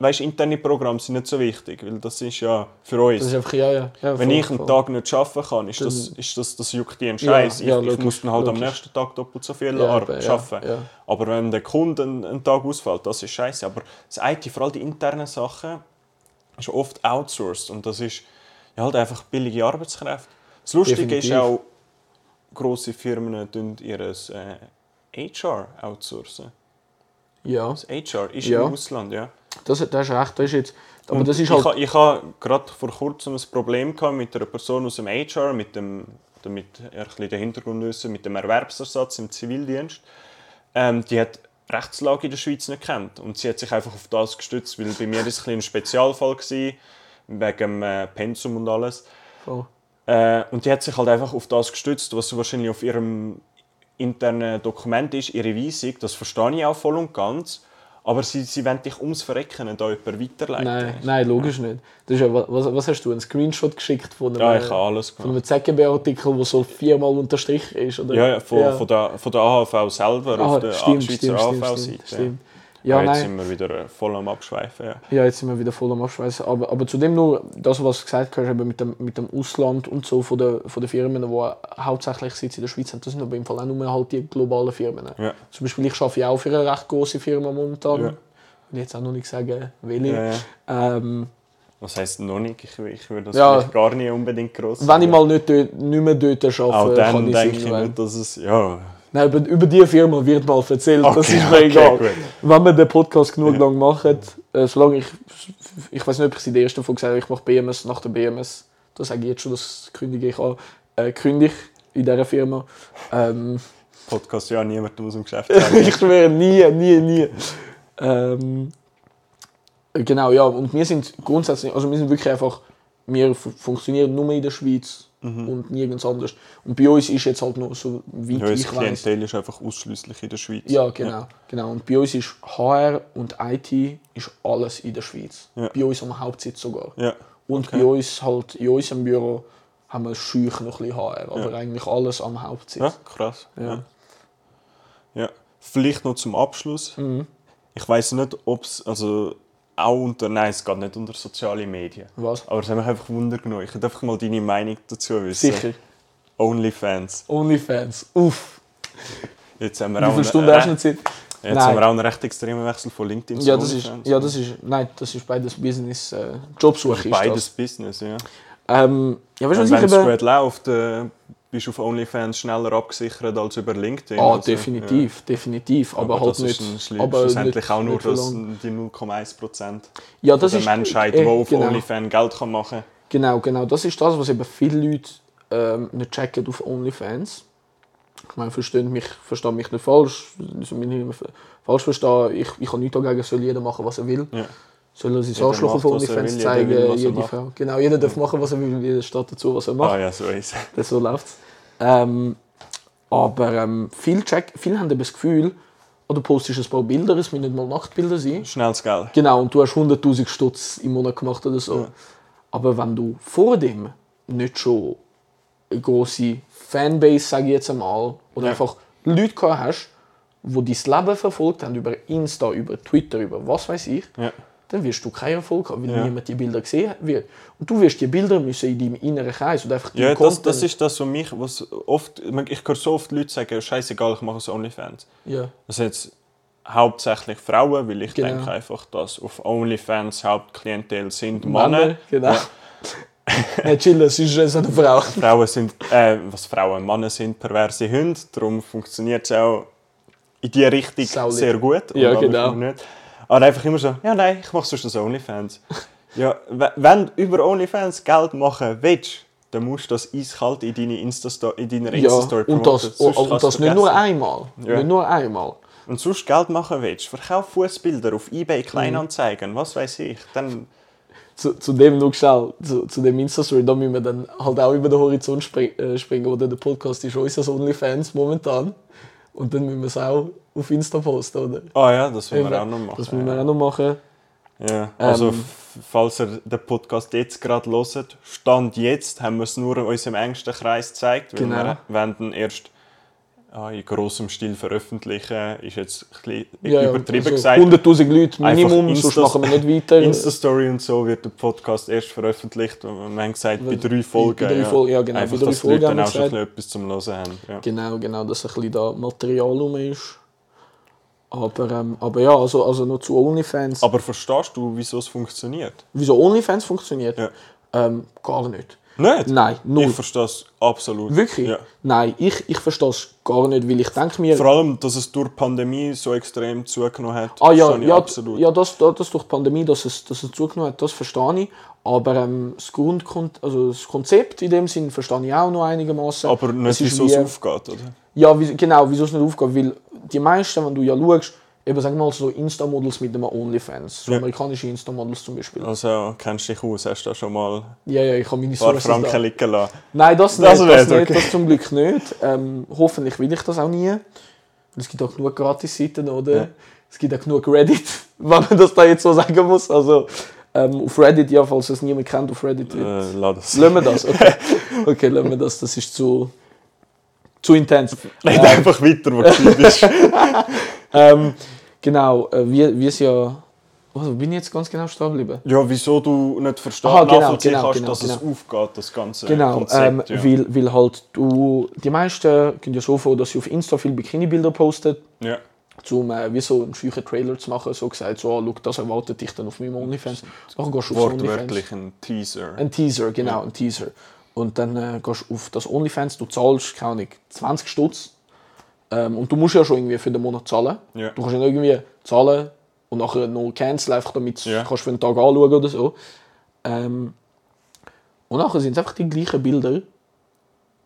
weißt interne Programme sind nicht so wichtig, weil das ist ja für uns.
Das ist einfach, ja, ja. ja
wenn
voll,
ich einen
voll.
Tag nicht arbeiten kann, ist das, ist das, das juckt die einen
Ja,
Scheiß.
ja,
ich, ich
logisch,
muss dann halt am
logisch.
nächsten Tag doppelt so viel
Ja,
Arbeit
eben, ja,
arbeiten.
ja.
Aber wenn der Kunde einen, einen Tag ausfällt, das ist scheiße. Aber das IT, vor allem die internen Sachen, ist oft outsourced. Und das ist ja, halt einfach billige Arbeitskräfte. Das Lustige ist
Definitiv.
auch, grosse Firmen tun ihr äh, HR outsourcen.
Ja,
Das HR ist
Ja.
im Ausland, ja.
das, das ist recht. Das ist jetzt, aber
Und
das ist
ich
halt.
ha- ich habe gerade vor kurzem ein Problem gehabt mit einer Person aus dem HR, mit dem, damit ihr ein bisschen den Hintergrund wissen, mit dem Erwerbsersatz im Zivildienst. Ähm, die hat die Rechtslage in der Schweiz nicht kennt und sie hat sich einfach auf das gestützt, weil bei mir war es ein, bisschen ein Spezialfall gewesen, wegen dem äh, Pensum und alles.
voll.
Äh, und die hat sich halt einfach auf das gestützt, was wahrscheinlich auf ihrem internen Dokument ist, ihre Weisung. Das verstehe ich auch voll und ganz. Aber sie, sie wollen dich ums Verrecken an jemanden weiterleiten.
Nein, nein logisch Dus, eh, nicht. Das ist ja, was, was hast du? Ein Screenshot geschickt von einem,
Ja, ich habe alles
Äh, von
gemacht.
einem ZGB-Artikel, der so viermal unterstrichen ist? Oder?
Ja, ja, von, Von, der, von der AHV selber
Ah,
auf der
stimmt,
Schweizer
stimmt, stimmt,
AHV-Seite.
stimmt, stimmt.
Ja,
Ja,
jetzt sind
nein.
wir wieder äh, voll am Abschweifen. Ja.
Ja, jetzt sind wir wieder voll am Abschweißen. Aber, aber zudem nur das, was du gesagt hast, eben mit, dem, mit dem Ausland und so von den von der Firmen, die hauptsächlich Sitz in der Schweiz haben, das sind aber im Fall auch nur halt die globalen Firmen.
Ja.
Zum Beispiel, ich arbeite ja auch für eine recht große Firma momentan.
Ja.
Ich will jetzt auch noch nicht sagen, welche.
Ja, ja.
Ähm,
Was heisst noch nicht? Ich, ich würde das
Ja.
vielleicht gar nicht unbedingt gross
wenn ich mal nicht, dort, nicht mehr dort arbeite,
Auch
kann
dann
ich
denke
es
ich
irgendwann-
nicht, dass es. Ja,
Nein, über, über diese Firma wird mal erzählt, das
Okay,
ist mir
okay,
egal.
gut.
Wenn wir den Podcast genug lang machen, äh, solange ich, ich weiß nicht, ob ich es in der ersten Folge gesagt habe, ich mache BMS nach der BMS, das sage ich jetzt schon, das kündige ich an, äh, kündige ich in dieser Firma. Ähm,
Podcast ja niemand aus dem Geschäft. sagen.
[laughs] ich schwöre, nie, nie, nie. Ähm, genau, ja, und wir sind grundsätzlich, also wir sind wirklich einfach, wir fu- funktionieren nur in der Schweiz und nirgends anders. Und bei uns ist jetzt halt noch so weit
ja, unser
ich weiß.
Klientel ist einfach ausschließlich in der Schweiz.
Ja, genau, genau. Und bei uns ist HR und IT ist alles in der Schweiz.
Ja.
Bei uns am Hauptsitz sogar.
Ja.
Und bei uns halt, in unserem Büro haben wir schüch noch ein bisschen HR, aber eigentlich alles am Hauptsitz.
ja, krass.
Ja.
Ja. Vielleicht noch zum Abschluss.
Mhm.
Ich weiß nicht, ob es. Also, auch unter. Nein, es geht nicht unter soziale Medien.
Was?
Aber es hat mich einfach Wunder genommen. Ich hätte einfach mal deine Meinung dazu wissen.
Sicher.
Onlyfans.
Onlyfans. Uff.
Jetzt haben wir
Wie
auch
viele
einen- äh,
Stunden hast du noch Zeit?
Jetzt
Nein.
haben wir auch einen recht extremen Wechsel von LinkedIn zu
Ja, das ist,
OnlyFans.
ja, das ist, nein, das ist beides Business, äh, Jobsuche ist
Beides
das.
Business, ja.
Ähm, ja, weißt du,
Und
was
wenn
ich
es
eben...
gut läuft, äh, bist du auf OnlyFans schneller abgesichert als über LinkedIn.
Ah,
Also, ja.
definitiv, definitiv, aber, halt
das
nicht...
ist ein, aber
aber
schlussendlich
nicht-
auch nur
nicht für
das,
lang.
die 0,1%
Ja, das
der
ist-
Menschheit,
eh,
die auf
genau.
OnlyFans Geld kann machen
Genau, genau. Das ist das, was eben viele Leute ähm, nicht checken auf OnlyFans. Ich meine, versteht mich, versteht mich nicht falsch. Also mich nicht ver- falsch verstehen. Ich, ich habe nichts dagegen, soll jeder machen, was er will.
kann. Ja.
Soll er sein
Jeder
Arschloch auf
macht, was er
OnlyFans
will, jeder
zeigen,
will, was er
jede
macht.
Frau. Genau, jeder darf machen, was er will, und jeder steht dazu, was er macht.
Ah ja, so ist es.
Das so läuft's. Ähm, aber ähm, viele, check, viele haben eben das Gefühl, oder postest ein paar Bilder, es müssen nicht mal Nachtbilder sein.
Schnelles Geld.
Genau, und du hast 100.000 Stutz im Monat gemacht oder so. Aber wenn du vor dem nicht schon eine grosse Fanbase, sage ich jetzt einmal, oder
Ja.
einfach Leute gehabt hast, die dein Leben verfolgt haben, über Insta, über Twitter, über was weiß ich,
Ja.
dann wirst du keinen Erfolg haben, weil
Ja.
niemand die Bilder gesehen wird. Und du wirst die Bilder müssen in deinem inneren Kreis oder einfach
Ja, das,
deinen Content-
das ist das, was mich was oft. Ich höre so oft Leute sagen, scheißegal, ich mache es OnlyFans.
Ja.
Das sind jetzt hauptsächlich Frauen, weil ich
Genau.
denke einfach, dass auf OnlyFans Hauptklientel sind
Männer,
Männer.
genau. Nein, chill, es ist es eine Frau.
Frauen sind, äh, was Frauen, Männer sind perverse Hunde, darum funktioniert es auch in die Richtung
Saulieb.
sehr gut. und
Ja, nou.
andersrum
genau.
Nicht. Aber einfach immer so, ja nein, ich mache sonst das
[laughs]
Onlyfans. ja, we- wenn du über Onlyfans Geld machen willst, dann musst du das eiskalt in, deine Insta in deiner
Ja,
Insta-Story
und
promoten,
das,
sonst
und
kannst du
das nicht nur
vergessen.
einmal.
Ja.
Nicht nur einmal.
Und sonst Geld machen willst, verkauf Fußbilder auf
Mhm.
Ebay Kleinanzeigen, was weiß ich, dann...
Zu, zu dem noch schnell, zu, zu dem Insta-Story, da müssen wir dann halt auch über den Horizont spring, äh, springen, oder der Podcast ist unser Onlyfans momentan. Und dann müssen wir es auch auf Insta posten, oder?
Ah ja, das will man auch noch machen.
Das müssen
ja.
wir auch noch machen.
Ja, also
Ähm.
f- falls ihr den Podcast jetzt gerade hört, Stand jetzt haben wir es nur in unserem engsten Kreis gezeigt, weil
Genau.
wir wollen ihn erst ah, in grossem Stil veröffentlichen, ist jetzt ein bisschen
Ja, ja,
übertrieben
also
gesagt.
100'000 Leute
Einfach
Minimum,
Instas-
sonst machen wir nicht weiter.
Insta-Story und so wird der Podcast erst veröffentlicht, und wir haben gesagt, bei
Bei-
drei Folgen.
bei drei Folgen, ja, genau,
Einfach,
bei drei
dass die
Folgen
Leute
haben
dann
wir
auch schon ein
gesagt.
bisschen etwas zum Hören haben. Ja.
Genau, genau, dass ein bisschen da Material rum ist. Aber, ähm, aber ja, also, also noch zu OnlyFans.
Aber verstehst du, wieso es funktioniert?
Wieso OnlyFans funktioniert?
Ja.
Ähm, gar nicht.
Nicht?
Nein, null.
Ich verstehe es absolut.
Wirklich?
Ja.
Nein, ich, ich verstehe es gar nicht, weil ich denke mir...
Vor allem, dass es durch die Pandemie so extrem zugenommen hat,
ah ja,
verstehe ich
ja,
absolut.
ja das, das, das durch die Pandemie, dass es, dass es zugenommen hat, das verstehe ich. Aber ähm, das, Grundkon also das Konzept in dem Sinn verstehe ich auch noch einigermaßen.
Aber nicht, wieso es aufgeht, oder?
Ja, wie, genau, wieso es nicht aufgeht, weil die meisten, wenn du ja schaust, eben sagen wir mal so Insta-Models mit einem Onlyfans, so
Ja.
amerikanische Insta-Models zum Beispiel.
Also, kennst dich aus, hast du da schon mal ein
Ja, ja, ich habe meine
paar
Sources da.
Franken liegen lassen.
Nein, das,
Das
nicht,
wär's,
das nicht,
okay.
das zum Glück nicht. Ähm, hoffentlich will ich das auch nie. Und es gibt auch genug Gratisseiten, oder?
Ja.
es gibt ja genug Reddit, [laughs] wenn man das da jetzt so sagen muss. Also ähm, auf Reddit, ja, falls es niemand kennt, auf Reddit. Äh,
Äh, lass das.
Lassen wir das, okay. Okay, lassen wir das, das ist zu, zu intens.
[laughs] Red einfach weiter,
[laughs]
was gescheit ist.
Ähm, genau, äh, wir, wir sind ja. Oh, wo bin ich jetzt ganz genau stehen geblieben?
Ja, wieso du nicht verstehen
Aha, genau,
nachvollziehen
genau,
kannst,
genau,
dass es
genau.
aufgeht, das ganze
Genau,
Konzept.
ähm,
ja.
weil, weil halt du, die meisten können ja so vor, dass sie auf Insta viele Bikini-Bilder posten,
ja.
um äh, wie so einen scheuchen Trailer zu machen, so gesagt, so, ah, schau, das erwartet dich dann auf meinem Onlyfans. Dann gehst du auf Onlyfans.
Wortwörtlich ein Teaser.
Ein Teaser, genau, ein Teaser. Und dann äh, gehst du auf das Onlyfans, du zahlst, keine Ahnung, 20 Stutz. Ähm, und du musst ja schon irgendwie für den Monat zahlen.
Ja.
Du kannst ja nicht irgendwie zahlen und nachher noch cancel, einfach damit
Ja.
du kannst für einen Tag anschauen oder so. Ähm, und nachher sind es einfach die gleichen Bilder.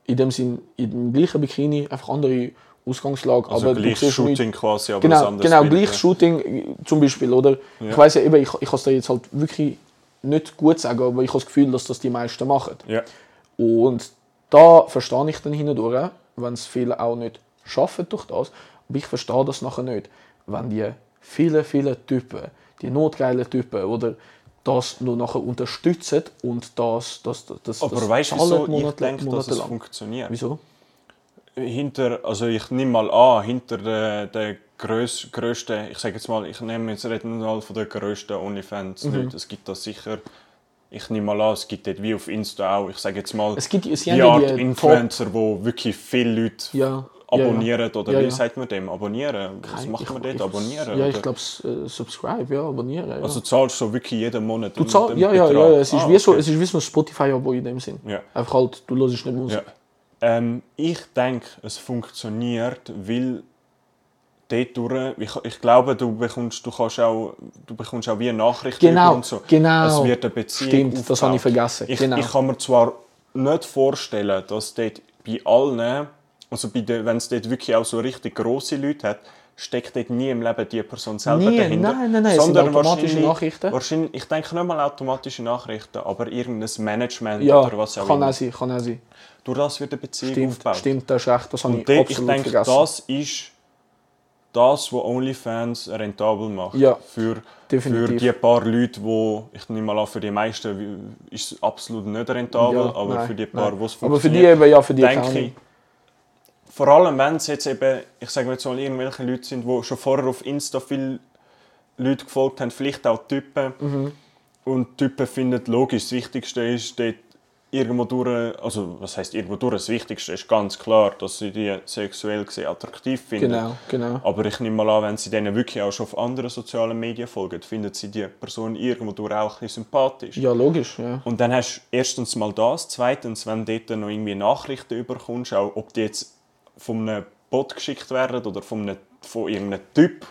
In dem Sinn, in dem gleichen Bikini, einfach andere Ausgangslage.
also
aber du
gleiches
siehst nicht-
Shooting quasi, aber ein
Genau,
anderes
genau
Bild,
gleiches
ja.
Shooting äh, zum Beispiel, oder? Ich weiß ja eben, ich, ich kann es dir jetzt halt wirklich nicht gut sagen, aber ich habe das Gefühl, dass das die meisten machen.
Ja.
Und da verstehe ich dann hindurch, wenn es viele auch nicht schaffen durch das, aber ich verstehe das nachher nicht, wenn die vielen, vielen Typen, die notgeilen Typen, oder das nur nachher unterstützen und das, das, das, das
Aber weißt du,
zahlen
wieso ich
monate-
denke, dass es
monatelang.
funktioniert?
Wieso?
hinter, also ich nehme mal an, hinter der, der gröss, grössten, ich sage jetzt mal, ich nehme jetzt reden mal von der grössten OnlyFans
Mhm.
Leute. Es gibt das sicher, ich nehme mal an, es gibt dort wie auf Insta auch, ich sage jetzt mal,
Es gibt sie haben
die
ja
Art
Top-
Influencer, wo wirklich viele Leute
Ja, ja, ja.
abonnieren oder
Ja,
wie
ja.
sagt man dem? Abonnieren? Was
Nein,
macht
ich-
man dort?
ich-
abonnieren?
Ja,
oder?
ich glaube, äh, subscribe, ja, abonnieren. Ja.
also zahlst du wirklich jeden Monat
du
einen-
zahl,
einen
ja, ja, ja,
Betrag?
ja, es ist,
Ah,
wie so,
okay.
es ist wie so ein Spotify-Abo in dem Sinn.
Ja.
Einfach halt, du hörst nicht Musik.
Ja. Ähm, ich denke, es funktioniert, weil dadurch, ich, ich glaube, du bekommst, du kannst auch, du bekommst auch wie eine Nachricht
Genau,
drüber und so.
genau.
Es wird eine Beziehung
Stimmt, das habe ich
aufgebaut.
vergessen.
Ich,
Genau.
ich kann mir zwar nicht vorstellen, dass dort bei allen, also bei den, wenn es dort wirklich auch so richtig grosse Leute hat, steckt dort nie im Leben die Person selber
Nie,
dahinter.
nein, nein, nein, es sind
sondern
automatische
wahrscheinlich-
Nachrichten.
Wahrscheinlich, ich denke nicht mal automatische Nachrichten, aber irgendein Management
Ja,
oder was auch
kann
immer.
auch sein, kann auch sein.
Durch das wird eine Beziehung
Stimmt,
aufgebaut.
stimmt, das ist recht, das habe ich
Und de- ich
absolut
denke,
vergessen.
das ist das, was OnlyFans rentabel macht.
Ja,
für, für
definitiv.
die paar Leute, wo ich nehme mal an, für die meisten wie- ist es absolut nicht rentabel,
Ja,
aber
nein,
für die paar,
nein.
wo es
Aber für die
funktioniert,
eben, ja, für die
denke
keine.
ich, vor allem wenn es jetzt eben, ich sage jetzt mal, irgendwelche Leute sind, die schon vorher auf Insta viele Leute gefolgt haben, vielleicht auch Typen.
Mhm.
Und die Typen finden logisch, das Wichtigste ist dort irgendwo durch, also was heißt irgendwo durch, das Wichtigste ist ganz klar, dass sie die sexuell gesehen attraktiv finden.
Genau, genau.
Aber ich nehme mal an, wenn sie denen wirklich auch schon auf anderen sozialen Medien folgen, finden sie die Person irgendwo durch auch ein bisschen sympathisch.
Ja, logisch, ja.
Und dann hast du erstens mal das, zweitens, wenn du dort noch irgendwie Nachrichten überkommst, auch ob die jetzt von einem Bot geschickt werden oder von, einem, von irgendeinem Typ.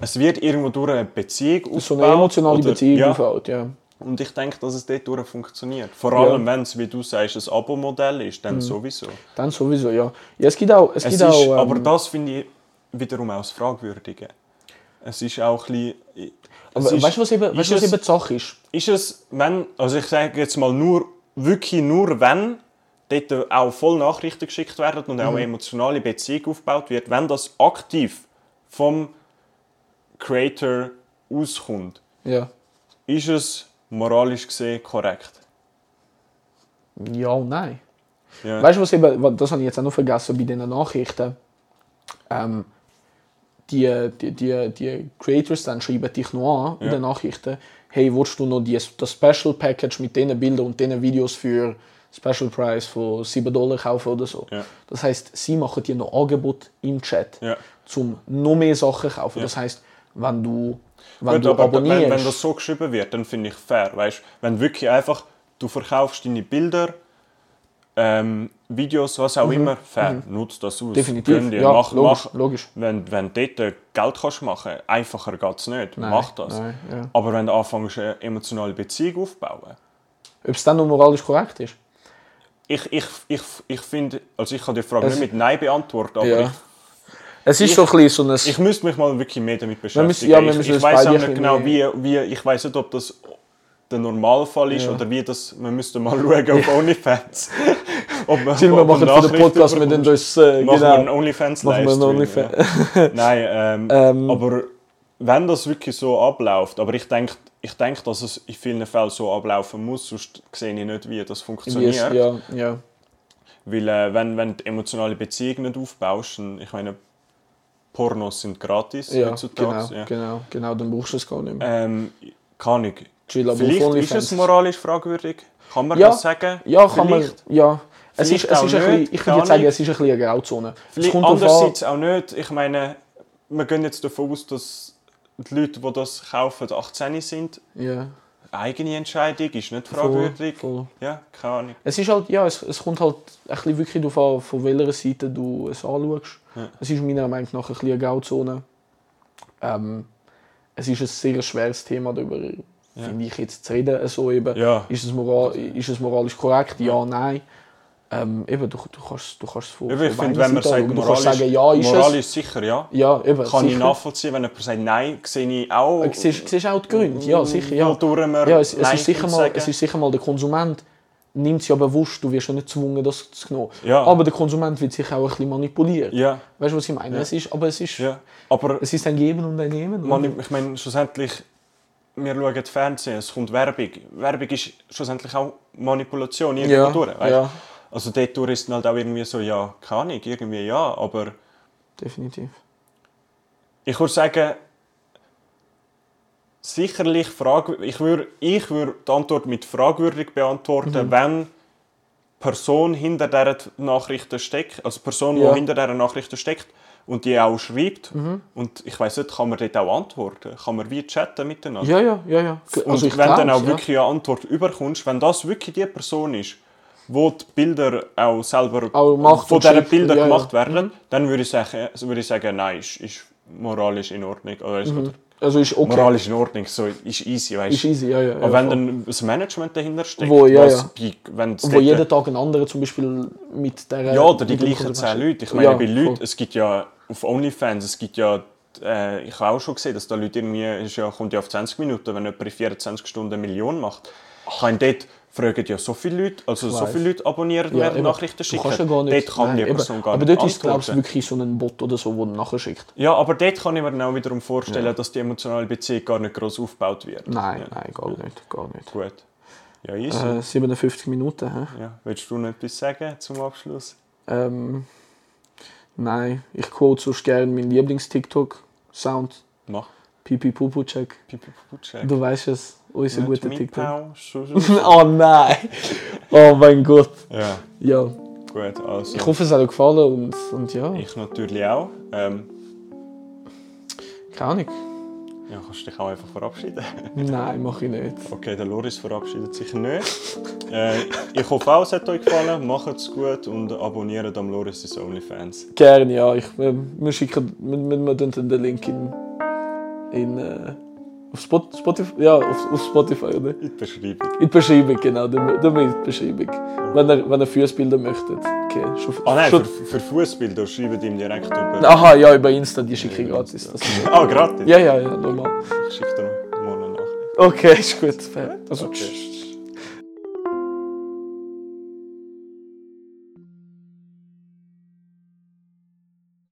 Es wird irgendwo durch eine Beziehung aufgebaut.
So eine emotionale
oder-
Beziehung
ja,
aufhält, ja.
Und ich denke, dass es dort durch funktioniert. Vor allem, wenn es, wie du sagst, ein Abo-Modell ist, dann sowieso.
Dann sowieso, ja. Ja, es gibt auch, es
Es
Mhm. gibt
ist,
auch, ähm,
aber das finde ich wiederum auch das Fragwürdige. Es ist auch ein bisschen...
aber
es ist-
weißt du, was eben,
ist
weißt, du, was
es-
eben die Sache ist?
ist es, wenn, also ich sage jetzt mal nur, wirklich nur wenn dort auch voll Nachrichten geschickt werden und
Mhm.
auch eine emotionale Beziehung aufgebaut wird, wenn das aktiv vom Creator auskommt,
Ja.
ist es moralisch gesehen korrekt.
Ja und nein.
Ja.
Weißt du, was eben, wa- das habe ich jetzt auch noch vergessen bei diesen Nachrichten. Ähm, die, die, die, die Creators dann schreiben dich noch an in
Ja.
den Nachrichten, hey, willst du noch die, das Special Package mit diesen Bildern und diesen Videos für Special Price von 7 Dollar kaufen oder so.
Ja.
Das heißt, sie machen dir noch Angebot im Chat,
Ja.
um noch mehr Sachen zu kaufen. Das heißt, wenn du, wenn
Gut,
du
aber
abonnierst.
wenn, wenn das so geschrieben wird, dann finde ich fair, weißt? Wenn wirklich einfach du verkaufst deine Bilder, ähm, Videos, was auch immer, fair, nutzt das aus.
Mhm. Definitiv.
Gönn dir,
Ja,
mach,
logisch,
mach,
logisch.
Wenn, wenn du dort Geld kannst machen kannst, einfacher geht es nicht. Mach das.
nein, ja.
Aber wenn du anfängst, eine emotionale Beziehung aufzubauen,
Ob es dann noch moralisch korrekt ist?
ich, ich, ich, ich finde, also ich kann die Frage
Es-
nicht mit Nein beantworten, aber
Ja. Es ist so ein bisschen so ein.
ich, ich müsste mich mal wirklich mehr damit
müssen-
beschäftigen.
ja, wir müssen
ich ich
uns
weiß
beide
auch
ein
nicht genau, wie,
bisschen
wie, ich weiß nicht, ob das der Normalfall ist
Ja.
[laughs] oder wie das, wir müssten mal schauen auf OnlyFans. [laughs] Ob man-
Chill, wir
ob man
machen für den
Nachrichten
Podcast mit den
bekommst.
uns, äh,
Machen wir einen
genau. Machen wir einen
OnlyFans-Livestream.
OnlyFans. [laughs]
Ja. Nein, ähm,
Ähm.
aber wenn das wirklich so abläuft, aber ich denke, ich denk, dass es in vielen Fällen so ablaufen muss, sonst sehe ich nicht, wie das funktioniert.
Yes, ja, ja.
Weil äh, wenn, wenn du emotionale Beziehungen nicht aufbaust, dann, ich meine, Pornos sind gratis
Ja,
heutzutage.
genau,
ja.
genau, genau, dann brauchst du es gar nicht mehr.
Ähm, kann ich.
Chill, aber auf
Äh, Vielleicht ist
OnlyFans.
es moralisch fragwürdig. Kann man
Ja.
das sagen?
Ja, kann man,
Vielleicht.
ja. Es
Vielleicht
ist, es ist
auch
ein bisschen,
nicht,
ich
keine
würde jetzt sagen,
Ahnung.
es ist ein bisschen eine Grauzone. Es
Vielleicht
kommt drauf an-
andererseits auch nicht. Ich meine, wir gehen jetzt davon aus, dass die Leute, die das kaufen, 18 sind.
Ja,
Eigene Entscheidung ist nicht
voll,
fragwürdig.
voll.
Ja, keine Ahnung.
Es ist halt, ja, es, es kommt halt ein bisschen wirklich darauf an, von welcher Seite du es anschaust.
Ja.
Es ist meiner Meinung nach ein bisschen eine Grauzone. Ähm, es ist ein sehr schweres Thema, darüber finde ich jetzt zu reden. Also eben,
Ja,
ist, es moral,
eh,
ist es moralisch korrekt? Ja, nein. Ähm, eben, du, du kannst, du kannst es von,
ich
von
finde,
beiden
wenn man sagt,
Seiten anschauen. Du
moralisch,
kannst sagen, ja, ist es.
moralisch sicher, ja.
Ja, eben,
Kann ich
sicher.
nachvollziehen, wenn jemand sagt, nein, sehe ich auch.
Äh, Siehst, siehst auch die Gründe? Ja,
Mm,
sicher, ja.
Wodurch wir
Ja, es, es,
Nein
ist sicher
können
mal, es
sagen.
ist sicher mal der Konsument nimmt es ja bewusst, du wirst ja nicht gezwungen, das zu genommen.
Ja.
Aber der Konsument wird sich auch ein bisschen manipuliert.
Ja,
Weißt du, was ich meine? Es ist, aber es ist,
ja. Aber
es ist ein Geben und ein Nehmen. oder?
Man, ich meine, schlussendlich, wir schauen Fernsehen, es kommt Werbung. Werbung ist schlussendlich auch Manipulation irgendwo
ja,
durch. weißt?
ja,
Also dort durch ist dann halt auch irgendwie so, ja, keine Ahnung, irgendwie ja, aber
definitiv.
ich würde sagen, sicherlich frag ich würde ich würde die Antwort mit fragwürdig beantworten, wenn die Person hinter der Nachrichten steckt, also die Person,
Ja.
die hinter der Nachrichten steckt und die auch schreibt und ich weiß nicht, kann man dort auch antworten, kann man wie chatten miteinander?
Ja, ja, ja, ja.
Und wenn du dann
Also glaub's,
auch nou wirklich eine Antwort überkommst, wenn das wirklich die Person ist, wo die Bilder auch selber
Auch macht
von
und
diesen
schickt,
Bildern
ja, Mhm. ja.
gemacht werden, dann würde ich sagen, würde ich sagen nein, ist, ist moralisch in Ordnung. Oder ist, oder
Ja. Also ist okay.
moralisch in Ordnung, so ist easy, weißt
Ist
du.
easy, ja, ja.
Aber
ja,
wenn
voll.
dann das Management dahinter steckt,
Wo, ja,
was
ja.
bei- wenn es
Wo
dort-
jeden Tag ein anderer zum Beispiel mit der
ja, oder die
mit dem
gleichen zehn
Konsumenten-
Leute. Ich meine,
Ja,
bei
voll.
Leuten, es gibt ja auf OnlyFans, es gibt ja, äh, ich habe auch schon gesehen, dass da Leute irgendwie, ist ja, kommt ja auf 20 Minuten, wenn jemand in 24 Stunden eine Million macht. Ich meine, dort fragen ja so viele Leute, also so
weiß.
viele Leute abonnieren,
Ja,
werden
eben.
Nachrichten
Du
schicken.
kannst ja gar nicht.
Dort kann
Nein,
die
eben.
Person gar
Aber
nicht
dort ist, glaube ich,
antworten.
wirklich so ein Bot oder so, der nachher schickt.
Ja, aber dort kann ich mir dann auch wiederum vorstellen, dass die emotionale Beziehung gar nicht groß aufgebaut wird.
Nein,
Ja,
nein, gar nicht, gar nicht.
gut. Ja, easy.
Äh, 57 Minuten, hä?
Ja. Willst du noch etwas sagen zum Abschluss?
Ähm, nein, ich quote sonst gerne meinen Lieblings-TikTok-Sound.
Mach.
Pipi Pupu Check.
Pipi, Putschek.
Du weißt es, unser
Nicht
guter
mein
TikTok.
Pau, so-
[laughs] oh nein! Oh mein Gott.
[laughs] Ja,
Ja.
gut, also.
Ich hoffe, es hat euch gefallen und, und ja,
Ich natürlich auch. Ähm,
keine Ahnung.
ja, kannst du dich auch einfach [laughs] verabschieden.
Nein, mache ich nicht.
Okay, der Loris verabschiedet sich nicht. äh, ich hoffe auch, es hat euch gefallen. Macht's gut und abonniert am Loris is dus OnlyFans.
Gerne, ja. Ich, wir, wir schicken wir, wir, wir tun den Link in. in äh, auf Spot, Spotify? Ja, auf, auf Spotify, oder?
In der Beschreibung.
In die Beschreibung, genau. Dann dann in die Beschreibung. Wenn ihr, wenn ihr Füßbilder möchtet. Okay, schon.
Ah nein,
schon
für, für Fußbilder schreibt ihm direkt über.
aha, ja, über Insta, die schicke ich gratis. Das ist,
Ah, gratis.
Nou- ja, ja, ja, normal.
Ich schicke dir morgen eine Nachricht.
Okay, ist gut. fair. Also,
Okay.
tsch-